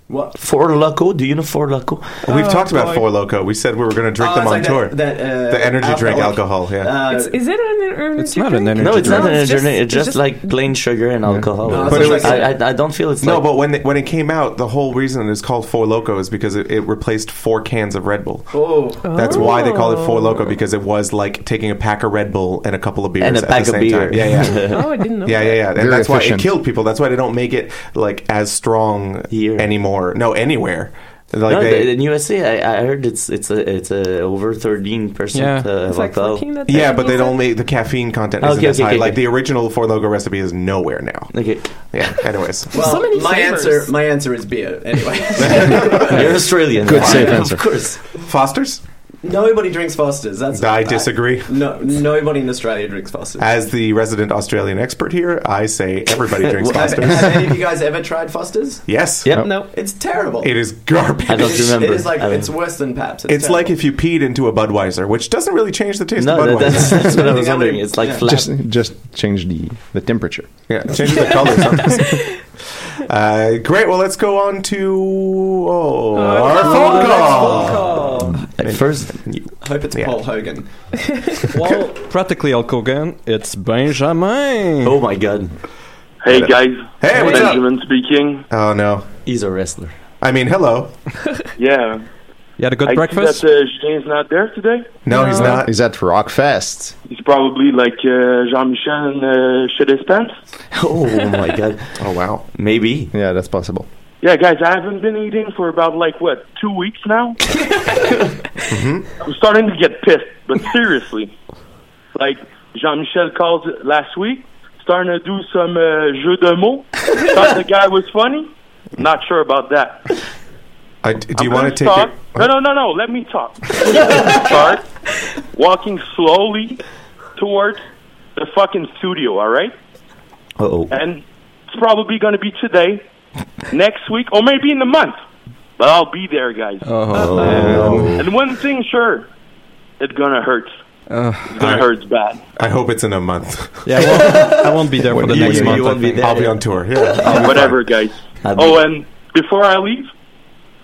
Speaker 9: What?
Speaker 2: Four loco? Do you know four loco?
Speaker 7: We've
Speaker 9: Oh,
Speaker 7: talked about
Speaker 9: boy.
Speaker 7: Four Loco. We said we were going to drink
Speaker 9: Oh,
Speaker 7: them
Speaker 9: it's
Speaker 7: on
Speaker 9: like that-
Speaker 7: tour.
Speaker 9: that, uh,
Speaker 7: the energy drink alcohol.
Speaker 9: alcoholic,
Speaker 7: Yeah.
Speaker 9: uh,
Speaker 3: It's- is it an energy It's
Speaker 7: not an energy
Speaker 2: No, it's
Speaker 7: drink.
Speaker 2: not an
Speaker 7: No, it's
Speaker 2: energy
Speaker 7: just-
Speaker 2: drink. It's
Speaker 7: it's
Speaker 2: just
Speaker 7: just-
Speaker 2: like plain sugar and
Speaker 9: Oh,
Speaker 2: alcohol.
Speaker 7: No, But it's it was- like-
Speaker 2: I, I, I don't feel it's
Speaker 7: no,
Speaker 2: like
Speaker 7: but when it, when it came out, the whole reason it is called Four Loco is because it, it replaced four cans of Red Bull.
Speaker 9: Oh.
Speaker 7: That's why they called it Four Loco because it was like taking a pack of Red Bull and a couple of beers
Speaker 2: Oh. And a
Speaker 7: at
Speaker 2: pack
Speaker 7: the
Speaker 2: of
Speaker 7: same
Speaker 2: beer.
Speaker 7: time. Yeah, yeah.
Speaker 3: Oh, I didn't know
Speaker 7: Yeah, yeah, yeah. And
Speaker 2: Very
Speaker 7: that's
Speaker 2: efficient.
Speaker 7: why it killed people. That's why they don't make it like as strong anymore. No, anywhere. Like
Speaker 2: no,
Speaker 7: they,
Speaker 2: the- in USA, I, I heard it's it's a, it's a over thirteen percent uh, of alcohol.
Speaker 7: yeah, but they don't make the caffeine content
Speaker 2: Okay,
Speaker 7: isn't as
Speaker 2: okay,
Speaker 7: high.
Speaker 2: okay,
Speaker 7: like
Speaker 2: okay.
Speaker 7: the original Four Loco recipe is nowhere now.
Speaker 2: Okay.
Speaker 7: Yeah. Anyways,
Speaker 9: Well,
Speaker 3: So many
Speaker 9: my
Speaker 3: flavors.
Speaker 9: answer, my answer is beer. Anyway,
Speaker 2: You're Australian.
Speaker 7: Good safe
Speaker 9: Of
Speaker 7: answer.
Speaker 2: course.
Speaker 7: Fosters.
Speaker 9: Nobody drinks Fosters. That's
Speaker 7: I disagree.
Speaker 9: no, nobody in Australia drinks Fosters.
Speaker 7: As the resident Australian expert here, I say everybody drinks
Speaker 9: have,
Speaker 7: Fosters.
Speaker 9: have any of you guys ever tried Fosters?
Speaker 7: Yes.
Speaker 2: Yep.
Speaker 9: No, it's terrible.
Speaker 7: It is garbage.
Speaker 9: It is- It is like it's worse than Pabst.
Speaker 7: It's like if you peed into a Budweiser, which doesn't really change the taste
Speaker 2: No,
Speaker 7: of
Speaker 2: that-
Speaker 7: Budweiser.
Speaker 2: that's- that's what I was wondering. It's like flat.
Speaker 5: Just, just change the, the temperature.
Speaker 7: Yeah, change the color. sometimes. uh, great. Well, let's go on to oh, our phone call.
Speaker 2: First,
Speaker 9: I hope it's Paul Hogan.
Speaker 8: Well, practically Hulk Hogan, it's Benjamin.
Speaker 2: Oh my god.
Speaker 15: Hey guys,
Speaker 7: Hey, what's up?
Speaker 15: Benjamin speaking.
Speaker 7: Oh no,
Speaker 2: he's a wrestler.
Speaker 7: I mean, hello.
Speaker 15: Yeah,
Speaker 8: You had a good
Speaker 15: I
Speaker 8: breakfast?
Speaker 15: See that, uh, Jane's not there today.
Speaker 7: No, he's not.
Speaker 5: He's at Rockfest.
Speaker 15: He's probably like uh, Jean-Michel and uh, chez les Pants.
Speaker 2: Oh my god.
Speaker 7: oh wow.
Speaker 2: Maybe.
Speaker 5: Yeah, that's possible.
Speaker 15: Yeah, guys, I haven't been eating for about like what two weeks now. I'm starting to get pissed, but seriously, like Jean-Michel called last week, starting to do some uh, jeu de mots. Thought the guy was funny. Not sure about that.
Speaker 7: I, do you
Speaker 15: I'm
Speaker 7: want
Speaker 15: gonna
Speaker 7: to take
Speaker 15: start-
Speaker 7: it?
Speaker 15: No, no, no, no. Let me talk. I'm gonna start walking slowly towards the fucking studio. All right,
Speaker 2: Oh.
Speaker 15: and it's probably gonna be today, next week, or maybe in a month. But I'll be there, guys.
Speaker 8: Oh.
Speaker 15: And one thing, sure, it's gonna hurt. It's gonna hurt bad.
Speaker 7: I hope it's in a month.
Speaker 8: Yeah, I won't, I won't be there for the
Speaker 7: You-
Speaker 8: next
Speaker 7: you-
Speaker 8: month.
Speaker 7: you
Speaker 8: I
Speaker 7: won't be
Speaker 8: think.
Speaker 7: there. I'll be on tour. Yeah. I'll be
Speaker 15: Whatever, guys.
Speaker 2: I'll be-
Speaker 15: Oh, and before I leave,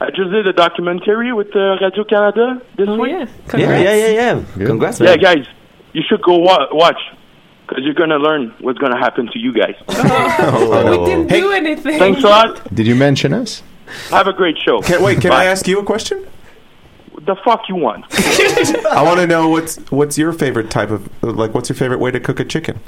Speaker 15: I just did a documentary with uh, Radio Canada this
Speaker 3: Oh,
Speaker 15: week.
Speaker 2: Yeah, yeah, yeah, yeah. Congrats,
Speaker 15: Yeah,
Speaker 2: man.
Speaker 15: guys, you should go wa- watch because you're gonna learn what's gonna happen to you guys.
Speaker 7: Oh.
Speaker 3: We didn't do anything.
Speaker 15: Thanks a lot.
Speaker 5: Did you mention us?
Speaker 15: Have a great show.
Speaker 7: Can, wait, can
Speaker 15: Bye.
Speaker 7: I ask you a question?
Speaker 15: The fuck you want?
Speaker 7: I want to know what's what's your favorite type of like what's your favorite way to cook a chicken?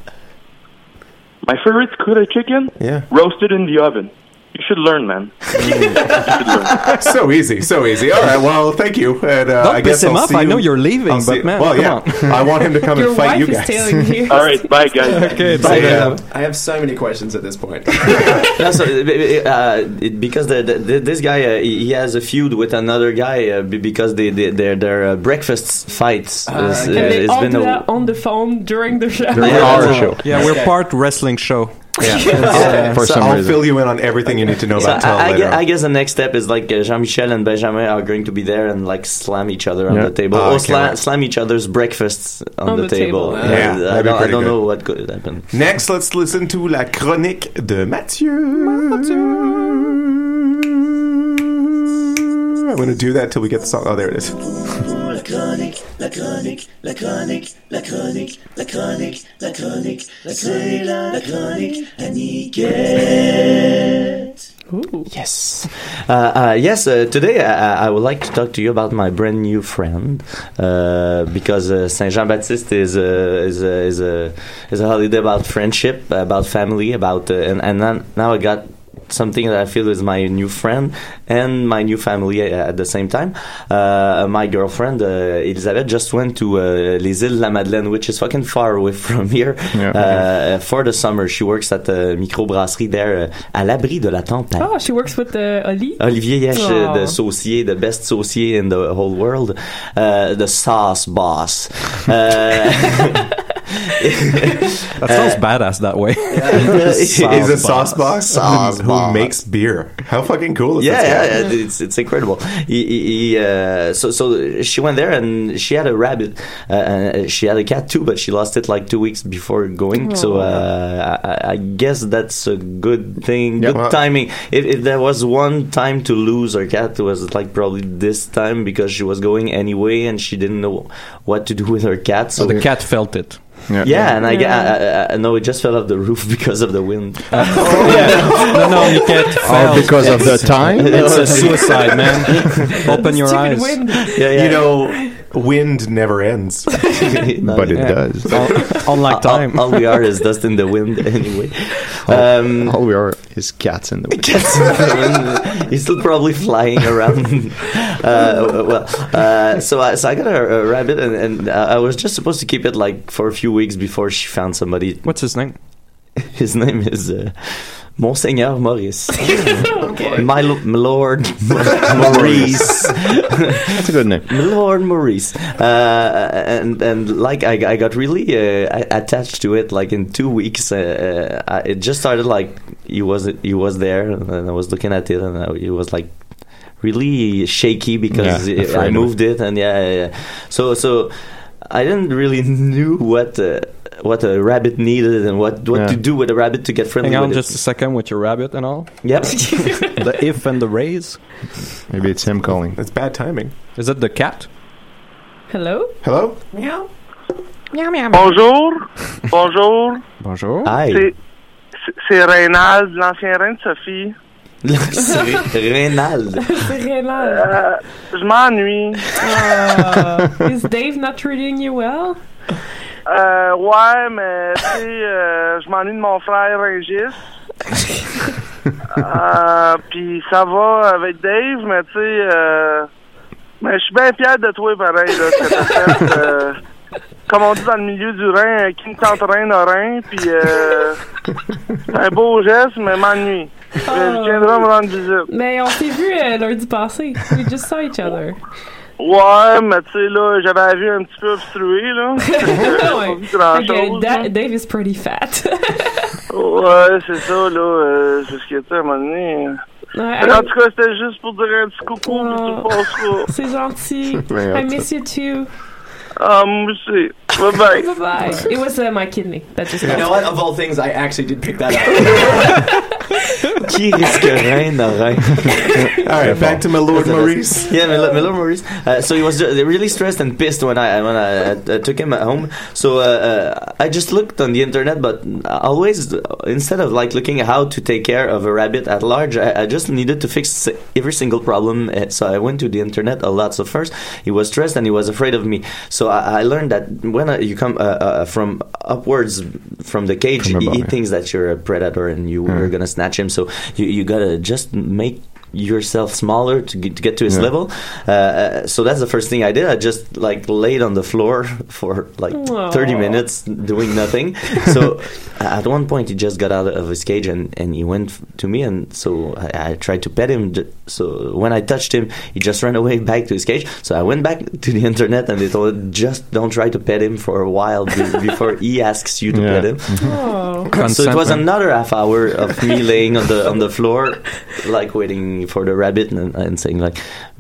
Speaker 15: My favorite cooked chicken,
Speaker 7: Yeah.
Speaker 15: roasted in the oven. You should learn, man.
Speaker 7: so easy, so easy. All right, well, thank you. And, uh,
Speaker 8: Don't
Speaker 7: I guess
Speaker 8: piss him
Speaker 7: I'll
Speaker 8: up.
Speaker 7: see
Speaker 8: I
Speaker 7: you-
Speaker 8: know you're leaving,
Speaker 7: I'll
Speaker 8: but
Speaker 7: see-
Speaker 8: man,
Speaker 7: well,
Speaker 8: come
Speaker 7: yeah. I want him to come
Speaker 3: Your
Speaker 7: and
Speaker 3: wife
Speaker 7: fight you
Speaker 3: is
Speaker 7: guys.
Speaker 3: tailing you.
Speaker 15: All right, bye, guys.
Speaker 8: Okay,
Speaker 9: I,
Speaker 8: bye.
Speaker 9: have, I have so many questions at this point.
Speaker 2: No, so, uh, uh, because the, the, the- this guy uh, he he has a feud with another guy uh, be- because they, they, their their uh, breakfast fights
Speaker 3: Uh,
Speaker 2: is,
Speaker 3: and they
Speaker 2: has
Speaker 3: all
Speaker 2: been
Speaker 3: do
Speaker 2: a-
Speaker 3: that on the phone during the show.
Speaker 2: Yeah,
Speaker 8: our
Speaker 2: that's-
Speaker 8: show. Yeah, we're
Speaker 2: Okay.
Speaker 8: part wrestling show.
Speaker 7: Yeah.
Speaker 5: For
Speaker 7: So
Speaker 5: some
Speaker 7: I'll
Speaker 5: reason.
Speaker 7: fill you in on everything you need to know
Speaker 2: So
Speaker 7: about Tal
Speaker 2: I, I,
Speaker 7: later.
Speaker 2: guess,
Speaker 7: on.
Speaker 2: I guess the next step is like uh, Jean-Michel and Benjamin are going to be there and like slam each other on
Speaker 5: Yeah.
Speaker 2: the table
Speaker 7: Oh,
Speaker 2: or
Speaker 7: okay,
Speaker 2: sla-
Speaker 7: right.
Speaker 2: slam each other's breakfasts on,
Speaker 3: On
Speaker 2: the,
Speaker 3: the
Speaker 2: table. Uh,
Speaker 3: table.
Speaker 7: Yeah, that'd
Speaker 2: I
Speaker 7: be
Speaker 2: don't, I
Speaker 7: pretty
Speaker 2: don't
Speaker 7: good.
Speaker 2: know what could happen.
Speaker 7: Next, let's listen to La Chronique de Mathieu. I'm going to do that till we get the song. Oh, there it is.
Speaker 2: Yes. Uh, uh, yes, uh, today I, I- I would like to talk to you about my brand new friend uh, because uh, Saint Jean Baptiste is a, is, a, is, a, is a holiday about friendship, about family, about uh, and, and then, now I got something that I feel is my new friend and my new family uh, at the same time. Uh, my girlfriend, uh, Elisabeth, just went to uh, Les Îles La Madeleine, which is fucking far away from here,
Speaker 5: Yeah.
Speaker 2: uh, for the summer. She works at the microbrasserie there, uh, à l'abri de la tempête.
Speaker 3: Oh, she works with uh, Oli.
Speaker 2: Olivier Yesh,
Speaker 3: Aw.
Speaker 2: the saucier, the best saucier in the whole world, uh, the sauce boss. Uh,
Speaker 8: That sounds badass that way.
Speaker 7: is a sauce box
Speaker 2: Sauce
Speaker 7: who,
Speaker 2: box.
Speaker 7: who makes beer? How fucking cool is
Speaker 2: yeah, yeah,
Speaker 7: that?
Speaker 2: yeah, it's it's incredible. He, he, he, uh, so so she went there and she had a rabbit. Uh, Uh, she had a cat too, but she lost it like two weeks before going. So uh, I- I, I guess that's a good thing, good
Speaker 7: well-
Speaker 2: timing. If, if there was one time to lose her cat, it was like probably this time because she was going anyway and she didn't know what to do with her cat. So
Speaker 8: Oh, the cat felt it.
Speaker 2: Yeah, and I, ga- I, I, I know it just fell off the roof because of the wind. Oh,
Speaker 8: Oh, no, no, you can't.
Speaker 2: All because of the time?
Speaker 8: It's a suicide, man. Open your eyes.
Speaker 7: You know, wind never ends, but
Speaker 2: it Yeah. does.
Speaker 8: Unlike
Speaker 2: time. All, all we are is dust in the wind, anyway. Um, all we are is cats in the wind. Cats in the wind. He's still probably flying around. Uh, well, uh, so I, so I got a, a rabbit, and, and uh, I was just supposed to keep it like for a few weeks before she found somebody.
Speaker 8: What's his name?
Speaker 2: His name is. Uh, Monseigneur Maurice. My, lo- my lord Maurice. That's a good name. My lord Maurice. Uh, and, and like, I, I got really uh, a- attached to it, like, in two weeks. Uh, uh, I, it just started, like, he was, he was there, and I was looking at it, and I, it was, like, really shaky because
Speaker 4: Yeah,
Speaker 2: it-
Speaker 4: afraid
Speaker 2: I
Speaker 4: of
Speaker 2: moved it, and yeah, yeah, yeah. So, so I didn't really knew what... Uh, what a rabbit needed and what, what
Speaker 8: Yeah.
Speaker 2: to do with a rabbit to get friendly
Speaker 8: Hang on
Speaker 2: with it.
Speaker 8: just a second with your rabbit and all.
Speaker 2: Yep.
Speaker 8: the if and the raise.
Speaker 5: Maybe it's him calling.
Speaker 7: That's bad timing.
Speaker 8: Is it the cat?
Speaker 3: Hello?
Speaker 7: Hello?
Speaker 3: Meow.
Speaker 14: Bonjour. Bonjour.
Speaker 8: Bonjour.
Speaker 14: C'est- c'est- C'est Reynald, l'ancien reine Sophie.
Speaker 2: C'est Reynald.
Speaker 3: C'est
Speaker 14: Euh,
Speaker 3: Reynald.
Speaker 14: je m'ennuie.
Speaker 3: Uh, is Dave not treating you well?
Speaker 14: Euh, ouais, mais tu sais, euh, je m'ennuie de mon frère Régis. Euh, Puis ça va avec Dave, mais tu sais, euh, mais je suis bien fier de toi pareil, là, ce que t'as fait. euh, comme on dit dans le milieu du rein, euh, qui ne tente rien n'a rien, puis euh, c'est un beau geste, mais m'ennuie. Je- Je viendrai me rendre visite.
Speaker 3: Ah. Mais on s'est vu euh, lundi passé. We just saw each other.
Speaker 14: Ouais, mais tu sais, là, j'avais vu un petit peu obstrué, là. J'ai pas vu
Speaker 3: Okay,
Speaker 14: grand-chose.
Speaker 3: Da- Dave is pretty fat.
Speaker 14: Ouais, c'est ça, là. euh, c'est ce qu'il était à un moment donné. euh. Mais en tout cas, c'était juste pour dire un petit coucou, puis tu passeras.
Speaker 3: Oh. C'est gentil.
Speaker 14: Ouais,
Speaker 3: I
Speaker 14: en tout
Speaker 3: miss you too.
Speaker 14: Ah, moi aussi. Bye-bye.
Speaker 3: Bye bye. It was uh, my kidney that just.
Speaker 9: You know what? Of all things, I actually did pick that up.
Speaker 2: Qui risquerait n'a rien?
Speaker 7: All right, back to my lord Maurice.
Speaker 2: Yeah, my, lo- my lord Maurice. Uh, so he was ju- really stressed and pissed when I when I, uh, took him at home. So uh, uh, I just looked on the internet, but always uh, instead of like looking at how to take care of a rabbit at large, I, I just needed to fix s- every single problem. Uh, So I went to the internet a lot. So first he was stressed and he was afraid of me. So I, I learned that when uh, you come uh, uh, from upwards from the cage,
Speaker 4: From
Speaker 2: he,
Speaker 4: above,
Speaker 2: he
Speaker 4: yeah. Mm.
Speaker 2: thinks that you're a predator and you are gonna snatch him. So you, you gotta just make yourself smaller to get to, get to his
Speaker 4: Yeah.
Speaker 2: level. Uh, Uh, so that's the first thing I did. I just like laid on the floor for like
Speaker 4: Aw.
Speaker 2: 30 minutes doing nothing. so at one point he just got out of his cage and, and he went to me and so I, I tried to pet him. J- So when I touched him, he just ran away back to his cage. So I went back to the internet and they told just don't try to pet him for a while be- before he asks you to pet him.
Speaker 3: Oh.
Speaker 2: so it was
Speaker 4: Consent, man.
Speaker 2: another half hour of me laying on the on the floor, like waiting for the rabbit and, and saying like,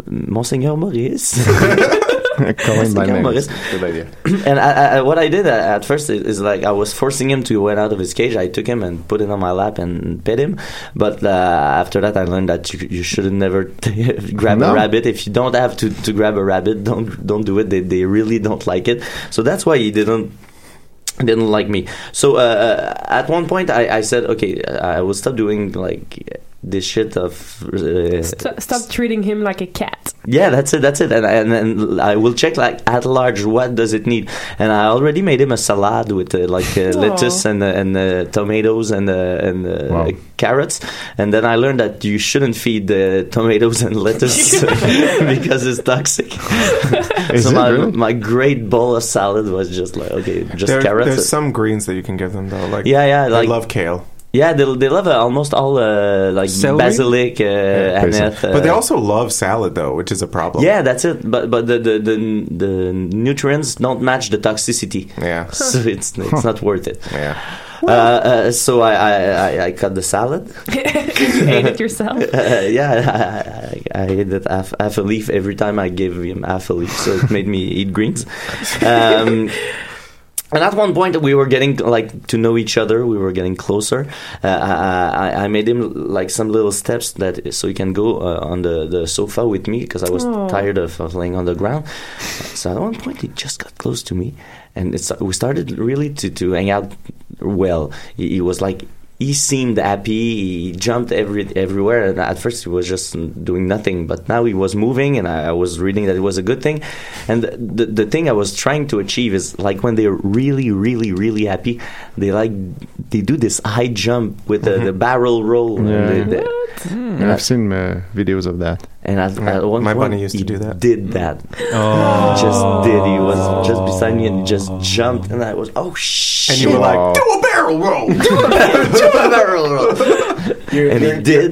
Speaker 2: Monseigneur Maurice.
Speaker 5: calling my
Speaker 2: Monseigneur
Speaker 5: name.
Speaker 2: Maurice.
Speaker 5: Good idea.
Speaker 2: and I, I- I, what I did at, at first is, is like I was forcing him to went out of his cage. I took him and put it on my lap and pet him. But uh, after that, I learned that you, you should never grab
Speaker 4: No.
Speaker 2: a rabbit. If you don't have to, to grab a rabbit, don't don't do it. They they really don't like it. So that's why he didn't didn't like me. So uh, uh, at one point, I, I said, okay, I will stop doing like this shit of. Uh,
Speaker 3: St- stop treating him like a cat.
Speaker 2: yeah, that's it. That's it. And, and and I will check like at large what does it need. And I already made him a salad with uh, like uh,
Speaker 4: Aw.
Speaker 2: lettuce and uh, and uh, tomatoes and uh, and uh, carrots. And then I learned that you shouldn't feed uh, tomatoes and lettuce because it's toxic.
Speaker 7: Is
Speaker 2: so
Speaker 7: it
Speaker 2: my,
Speaker 7: really?
Speaker 2: my great bowl of salad was just like okay, just
Speaker 7: There-
Speaker 2: carrots.
Speaker 7: There's some greens that you can give them though. Like
Speaker 2: Yeah, yeah,
Speaker 7: I
Speaker 2: like-
Speaker 7: love kale.
Speaker 2: Yeah, they, they love uh, almost all uh, like
Speaker 7: Celery?
Speaker 2: basilic, uh,
Speaker 7: Basil.
Speaker 2: aneth. Uh,
Speaker 7: but they also love salad though, which is a problem.
Speaker 2: yeah, that's it. But but the the, the the nutrients don't match the toxicity.
Speaker 7: Yeah,
Speaker 2: so it's it's not worth it.
Speaker 7: Yeah.
Speaker 2: Uh, uh, so I, I, I, I cut the salad.
Speaker 3: you ate it yourself.
Speaker 2: Uh, yeah, I, I, I ate that half, half a leaf every time I gave him half a leaf, so it made me eat greens. Um, and at one point, we were getting like to know each other. We were getting closer. Uh, I, I, I made him like some little steps that so he can go uh, on the, the sofa with me because I was
Speaker 3: Oh.
Speaker 16: Aw.
Speaker 2: tired of, of laying on the ground. So at one point, he just got close to me, and it's we started really to, to hang out well. He, he was like he seemed happy. He jumped every everywhere, and at first he was just doing nothing. But now he was moving, and I, I was reading that it was a good thing. And the the thing I was trying to achieve is like when they're really, really, really happy, they like they do this high jump with the, the barrel roll. and
Speaker 5: Mm-hmm. Yeah.
Speaker 2: they- they-
Speaker 5: Yeah, I've seen uh, videos of that.
Speaker 2: and at, at one
Speaker 5: My
Speaker 2: point,
Speaker 5: bunny used to
Speaker 2: he
Speaker 5: do that.
Speaker 2: Did that?
Speaker 5: Oh.
Speaker 2: He just did. He was just beside me and he just jumped, and I was oh shit!
Speaker 7: And you were like, do a barrel roll, do a barrel, do a barrel roll.
Speaker 2: and it did.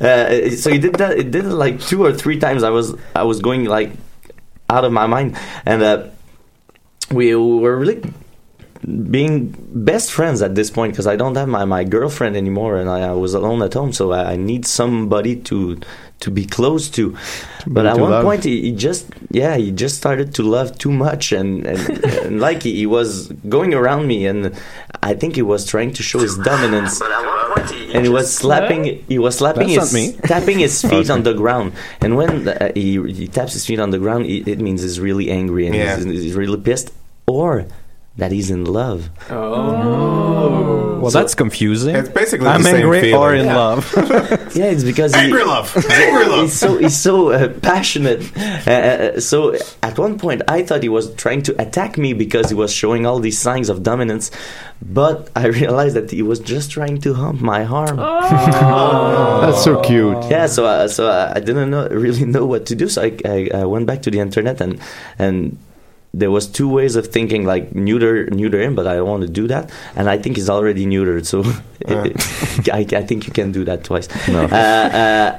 Speaker 2: Uh, so he did that. It did it like two or three times. I was I was going like out of my mind, and uh, we were really being best friends at this point because I don't have my, my girlfriend anymore, and I, I was alone at home, so I, I need somebody to to be close to. But at
Speaker 5: to
Speaker 2: one
Speaker 5: love.
Speaker 2: point, he, he just yeah, he just started to love too much, and and, and like he, he was going around me, and I think he was trying to show his dominance and he was slapping he was slapping
Speaker 8: That's
Speaker 2: his
Speaker 8: not me.
Speaker 2: tapping his
Speaker 8: Oh,
Speaker 2: feet
Speaker 8: okay.
Speaker 2: on the ground and when uh, he, he taps his feet on the ground it, it means he's really angry and
Speaker 7: Yeah.
Speaker 2: he's, he's really pissed or that he's in love
Speaker 9: Oh.
Speaker 8: Well, that's confusing.
Speaker 7: It's basically
Speaker 8: I'm
Speaker 7: the same
Speaker 8: angry
Speaker 7: feeling.
Speaker 8: or in
Speaker 7: Yeah.
Speaker 8: love.
Speaker 2: yeah it's because
Speaker 7: Angry
Speaker 2: he,
Speaker 7: love, angry love.
Speaker 2: he's so he's so uh, passionate uh, uh, so at one point i thought he was trying to attack me because he was showing all these signs of dominance but i realized that he was just trying to hump my arm
Speaker 5: That's so cute.
Speaker 2: Yeah, so uh, so I I didn't know, really know what to do. So I, I, I went back to the internet and and there was two ways of thinking like neuter neuter him, but I don't want to do that. And I think he's already neutered, so
Speaker 5: Uh.
Speaker 2: I, I think you can do that twice.
Speaker 8: No.
Speaker 2: Uh, uh,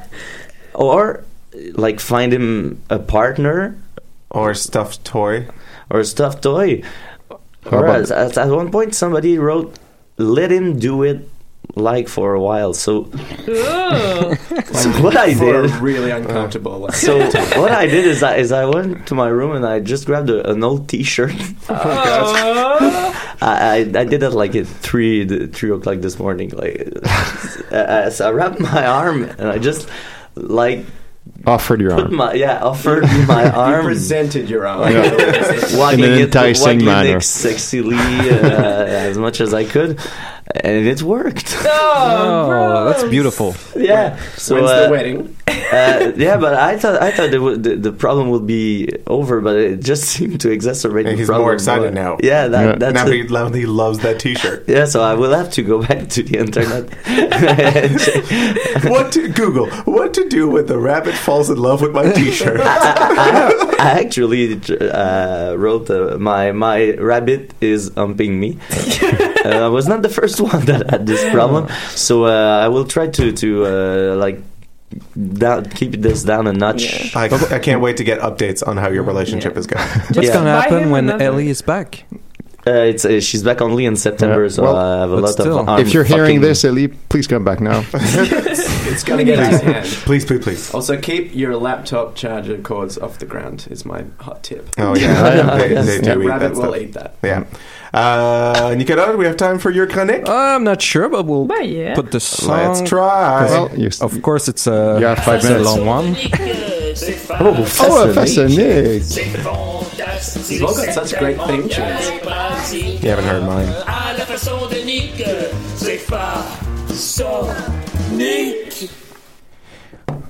Speaker 2: or like find him a partner
Speaker 7: or a stuffed toy
Speaker 2: or a stuffed toy. Or
Speaker 7: about-
Speaker 2: at, at- at one point somebody wrote, "Let him do it." Like for a while, so so what I
Speaker 9: For
Speaker 2: did Uh,
Speaker 9: a really uncomfortable. like,
Speaker 2: so what I did is I, is I went to my room and I just grabbed a, an old T-shirt.
Speaker 9: Oh
Speaker 2: I, I I did that like at three the- three o'clock this morning. Like, uh, so I wrapped my arm and I just like
Speaker 5: Offered your
Speaker 2: put
Speaker 5: arm.
Speaker 2: my yeah offered my arm.
Speaker 9: You presented your own.
Speaker 2: Like,
Speaker 9: Oh, Yeah.
Speaker 2: wagging
Speaker 5: In an
Speaker 2: it-
Speaker 5: enticing
Speaker 2: wagging it
Speaker 5: manner.
Speaker 2: sexily uh, as much as I could, and it worked.
Speaker 8: Oh, that's beautiful.
Speaker 2: Yeah. So
Speaker 9: When's the
Speaker 2: uh,
Speaker 9: wedding?
Speaker 2: uh, yeah, but I thought I thought it would, the, the problem would be over, but it just seemed to exacerbate. the
Speaker 7: And he's
Speaker 2: problem
Speaker 7: more excited now.
Speaker 2: Yeah, that, that's
Speaker 7: now
Speaker 2: it.
Speaker 7: he, lo- he loves that T-shirt.
Speaker 2: Yeah, so I will have to go back to the internet.
Speaker 7: what to Google? What to do when the rabbit falls in love with my T-shirt?
Speaker 2: I actually uh, wrote uh, my my rabbit is humping me. uh, I was not the first one that had this problem, so uh, I will try to to uh, like down, keep this down a notch.
Speaker 7: I, I can't wait to get updates on how your relationship is going.
Speaker 8: What's
Speaker 2: Yeah.
Speaker 8: gonna
Speaker 2: Buy
Speaker 8: happen
Speaker 2: him
Speaker 8: when
Speaker 2: another-
Speaker 8: Ellie is back?
Speaker 2: Uh, it's uh, she's back only in September, so
Speaker 5: Well,
Speaker 2: I have a
Speaker 8: but
Speaker 2: lot
Speaker 8: still.
Speaker 2: of. arm
Speaker 5: if you're hearing
Speaker 2: fucking-
Speaker 5: this, Ellie, please come back now.
Speaker 9: It's gonna get out of hand.
Speaker 7: Please, please, please.
Speaker 9: Also, keep your laptop charger cords off the ground. Is my hot tip.
Speaker 7: Oh yeah, they, they do eat
Speaker 9: Rabbit
Speaker 7: that
Speaker 9: will
Speaker 7: stuff.
Speaker 9: eat that.
Speaker 7: Yeah. Uh, Nicolas, do we have time for your chronique?
Speaker 8: Uh, I'm not sure, but we'll
Speaker 3: But yeah.
Speaker 8: put the song.
Speaker 7: Let's try.
Speaker 8: Well, of course, it's a,
Speaker 5: You have five
Speaker 8: it's a
Speaker 5: minutes.
Speaker 8: long one.
Speaker 5: Oh,
Speaker 8: fascinating.
Speaker 5: fascinating.
Speaker 9: You've all got such great theme tunes.
Speaker 7: You haven't heard mine.
Speaker 6: Euh, À la façon de Nick, euh, c'est Nick.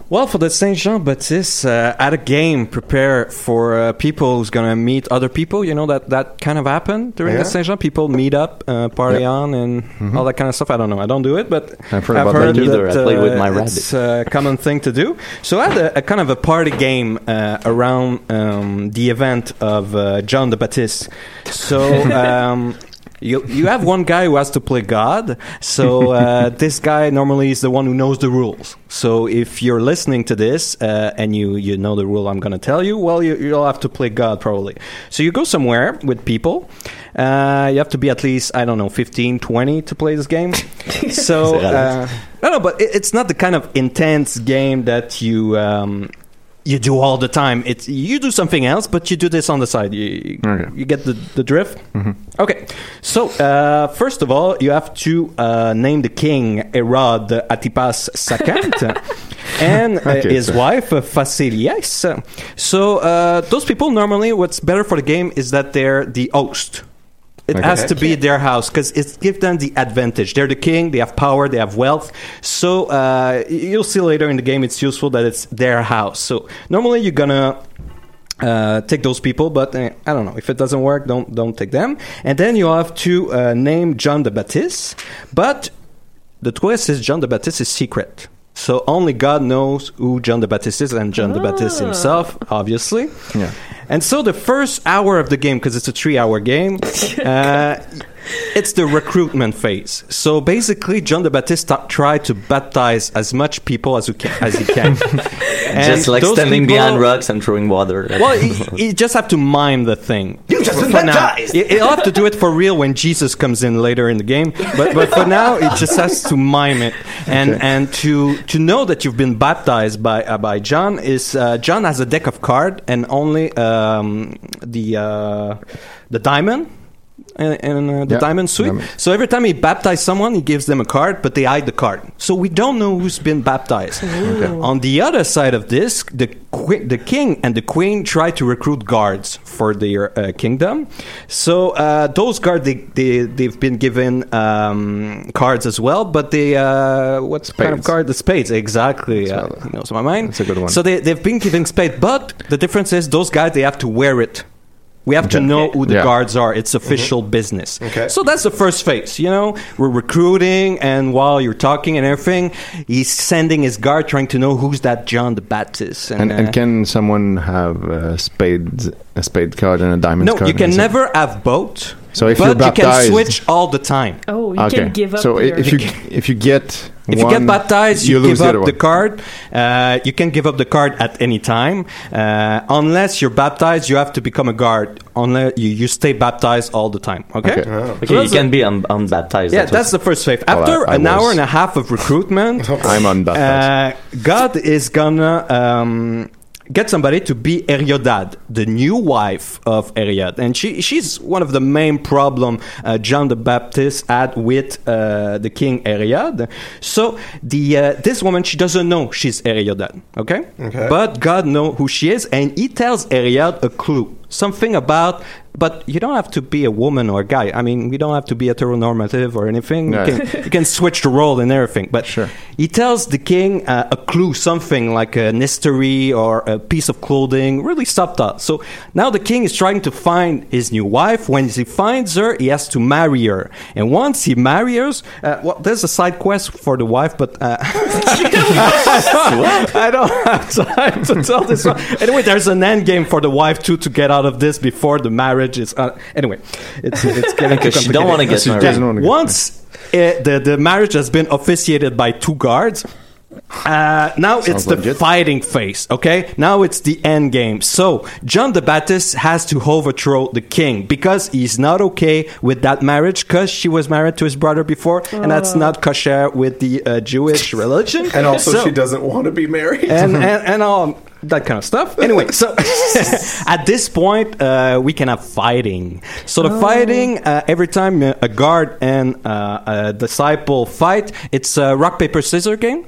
Speaker 8: Well, for the Saint Jean Baptiste uh, at a game, prepare for uh, people who's gonna meet other people. You know that that kind of happened during the
Speaker 7: Yeah.
Speaker 8: Saint Jean. People meet up, uh, party on, and all that kind of stuff. I don't know. I don't do it, but
Speaker 5: Mm-hmm. I've heard about that too. Neither. I play with my rabbit.
Speaker 8: uh, It's a common thing to do. So I had a, a kind of a party game uh, around um, the event of uh, John the Baptist. So. Um, you you have one guy who has to play God. So uh, this guy normally is the one who knows the rules. So if you're listening to this uh, and you you know the rule I'm going to tell you, well, you, you'll have to play God probably. So you go somewhere with people. Uh, you have to be at least I don't know 15, 20 to play this game. so uh, no, no, but it, it's not the kind of intense game that you. Um, you do all the time. It's you do something else, but you do this on the side. You, you get the, the drift. Okay, so uh, first of all, you have to uh, name the king Erod Atipas Sakant and uh,
Speaker 6: Okay,
Speaker 8: his
Speaker 6: sir.
Speaker 8: wife uh, Facilias. So uh, those people normally, what's better for the game is that they're the host. It
Speaker 6: Okay.
Speaker 8: has to be their house because it gives them the advantage. They're the king, they have power, they have wealth. So uh, you'll see later in the game it's useful that it's their house. So normally you're gonna uh, take those people, but uh, I don't know if it doesn't work, don't don't take them. And then you have to uh, name John the Baptist, but the twist is John the Baptist is secret. So only God knows who John the Baptist is and John the Baptist himself, obviously.
Speaker 6: Yeah.
Speaker 8: And so the first hour of the game, because it's a three-hour game, uh, it's the recruitment phase. So basically, John the Baptist t- tried to baptize as much people as, we can, as he can. And
Speaker 2: just like
Speaker 8: those
Speaker 2: standing
Speaker 8: people-
Speaker 2: behind rocks and throwing water.
Speaker 8: Well, you, you just have to mime the thing. You
Speaker 2: just
Speaker 8: for now,
Speaker 2: baptized!
Speaker 8: you, will have to do it for real when Jesus comes in later in the game. But but for now, it just has to mime it. And and to to know that you've been baptized by uh, by John is uh, John has a deck of card and only um, the uh, the diamond. And, and uh, the
Speaker 6: Yeah,
Speaker 8: diamond suite. So every time he baptizes someone, he gives them a card, but they hide the card. So we don't know who's been baptized.
Speaker 6: Okay.
Speaker 8: On the other side of this, the qui- the king and the queen try to recruit guards for their uh, kingdom. So uh, those guards, they, they they've been given um, cards as well, but they uh, what kind of card? The spades, exactly. Uh, he knows my mind. That's a good
Speaker 6: one.
Speaker 8: So they they've been given spades, but the difference is those guys they have to wear it. We have to know who the
Speaker 6: Yeah.
Speaker 8: guards are. It's
Speaker 5: Mm-hmm.
Speaker 8: official business.
Speaker 6: Okay.
Speaker 8: So that's the first phase, you know? We're recruiting, and while you're talking and everything, he's sending his guard trying to know who's that John the Baptist.
Speaker 5: And,
Speaker 8: uh,
Speaker 5: and can someone have a spades, a spade card and a diamond
Speaker 8: no,
Speaker 5: card?
Speaker 8: you can
Speaker 5: and so-
Speaker 8: never have both.
Speaker 5: So if you're
Speaker 8: but you can
Speaker 5: baptized-
Speaker 8: switch all the time.
Speaker 3: Oh,
Speaker 5: So i- if you if you get
Speaker 8: If
Speaker 5: one,
Speaker 8: you get baptized, you,
Speaker 5: lose
Speaker 8: give
Speaker 5: the
Speaker 8: up
Speaker 5: other
Speaker 8: the,
Speaker 5: one.
Speaker 8: card. Uh, you can give up the card at any time, uh, unless you're baptized. You have to become a guard. Unless you, you stay baptized all the time. Okay.
Speaker 2: Okay,
Speaker 8: So
Speaker 2: you
Speaker 8: that's
Speaker 2: can
Speaker 8: the-
Speaker 2: be un- unbaptized.
Speaker 8: Yeah,
Speaker 2: That
Speaker 8: that's
Speaker 2: was-
Speaker 8: the first wave.
Speaker 2: Well,
Speaker 8: After
Speaker 2: I- I
Speaker 8: an hour
Speaker 2: was.
Speaker 8: and a half of recruitment,
Speaker 2: I'm
Speaker 8: Uh, God is gonna um, get somebody to be Eriodad, the new wife of Eriod, and she she's one of the main problem uh, John the Baptist had with uh, the king Eriod. So the uh, this woman she doesn't know she's Eriodad, okay?
Speaker 6: Okay.
Speaker 8: But God knows who she is, and He tells Eriad a clue, something about. But you don't have to be a woman or a guy. I mean, we don't have to be heteronormative or anything.
Speaker 6: No.
Speaker 8: You, can, you can switch the role and everything. But he tells the king uh, a clue, something like an history or a piece of clothing, really subtle. So now the king is trying to find his new wife. When he finds her, he has to marry her. And once he marries, uh, well, there's a side quest for the wife, but uh, I don't have time to tell this one. Anyway, there's an end game for the wife too to get out of this before the marriage is. Uh, anyway, it's it's getting
Speaker 2: Okay,
Speaker 8: too
Speaker 2: she
Speaker 8: complicated.
Speaker 2: don't wanna get She married. doesn't wanna get
Speaker 8: Once uh, the the marriage has been officiated by two guards. Uh, now it's
Speaker 6: Sounds
Speaker 8: the
Speaker 6: legit.
Speaker 8: fighting phase, okay? Now it's the end game. So, John the Baptist has to overthrow the king because he's not okay with that marriage because she was married to his brother before, and that's
Speaker 7: Oh.
Speaker 8: not kosher with the uh, Jewish religion.
Speaker 7: And also,
Speaker 8: So-
Speaker 7: she doesn't want to be married.
Speaker 8: and, and and all that kind of stuff. Anyway, so at this point, uh, we can have fighting. So the
Speaker 6: Oh.
Speaker 8: fighting uh, every time uh, a guard and uh, a disciple fight, it's a rock paper scissors game.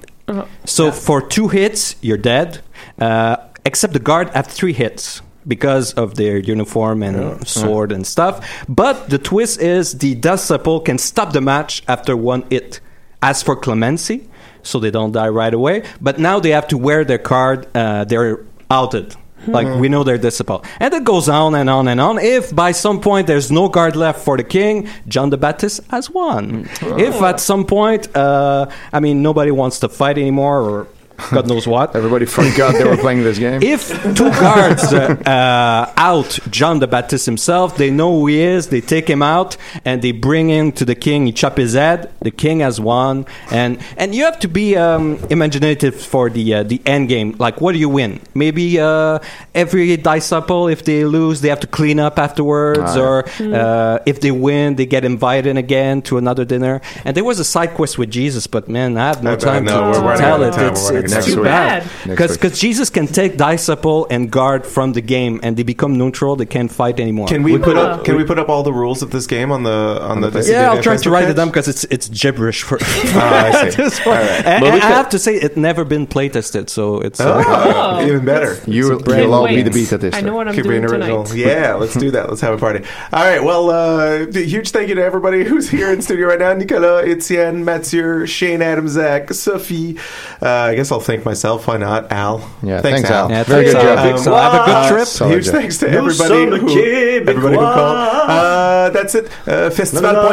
Speaker 8: So for two hits, you're dead. Uh, except the guard have three hits because of their uniform and sword and stuff. But the twist is the disciple can stop the match after one hit. As for clemency, so they don't die right away. But now they have to wear their card. Uh, they're outed. Like
Speaker 6: Hmm.
Speaker 8: we know they're disciple, and it goes on and on and on. If by some point there's no guard left for the king, John the Baptist has won. If at some point, uh, I mean, nobody wants to fight anymore, or God knows what.
Speaker 5: Everybody forgot they were playing this game.
Speaker 8: If two guards uh, uh, out John the Baptist himself, they know who he is, they take him out, and they bring him to the king, he chop his head, the king has won, and, and you have to be um, imaginative for the, uh, the end game. Like, what do you win? Maybe uh, every disciple, if they lose, they have to clean up afterwards,
Speaker 4: Ah.
Speaker 8: or
Speaker 4: Mm.
Speaker 7: Hmm.
Speaker 8: uh, if they win, they get invited again to another dinner. And there was a side quest with Jesus, but man, I have no
Speaker 7: Uh,
Speaker 8: time
Speaker 7: no,
Speaker 8: to,
Speaker 7: we're
Speaker 8: to
Speaker 7: running
Speaker 8: tell
Speaker 7: out of
Speaker 8: it.
Speaker 7: time.
Speaker 8: It's,
Speaker 7: We're running
Speaker 8: it's
Speaker 7: out of
Speaker 8: too
Speaker 7: time.
Speaker 8: bad
Speaker 7: Next
Speaker 8: because
Speaker 7: week.
Speaker 8: because Jesus can take disciple and guard from the game, and they become neutral. They can't fight anymore.
Speaker 7: Can we, put up? Can we put up all the rules of this game on the on, the?
Speaker 8: Yeah, I'll try
Speaker 7: try
Speaker 8: to write it down because it's it's gibberish for.
Speaker 7: Ah, I see.
Speaker 8: This one.
Speaker 7: All right.
Speaker 8: And-
Speaker 7: But we
Speaker 8: and I
Speaker 7: could-
Speaker 8: have to say it never been play tested, so it's uh,
Speaker 7: Oh, Oh. even better. You-
Speaker 8: will
Speaker 7: you'll all be the beta tester. I know what I'm
Speaker 8: Keep
Speaker 7: doing
Speaker 8: being
Speaker 7: tonight. Yeah, let's do that. Let's have a party. All right. Well, uh, d- huge thank you to everybody who's here in studio right now: Nicolas, Etienne, Mathieu, Shane, Adam, Zach, Sophie. Uh, I guess I'll thank myself. Why not, Al?
Speaker 5: Yeah, thanks, Al. Yeah, Very
Speaker 8: thanks, good Al. job. Thanks, Al. Have a good
Speaker 7: wow.
Speaker 8: trip. Solid
Speaker 7: Huge
Speaker 8: job.
Speaker 7: thanks to
Speaker 8: Nous
Speaker 7: everybody
Speaker 8: sommes
Speaker 7: who, everybody who called.
Speaker 8: Québécois.
Speaker 7: Uh, that's it. Uh,
Speaker 8: Non, non, non.
Speaker 7: Festival.ca.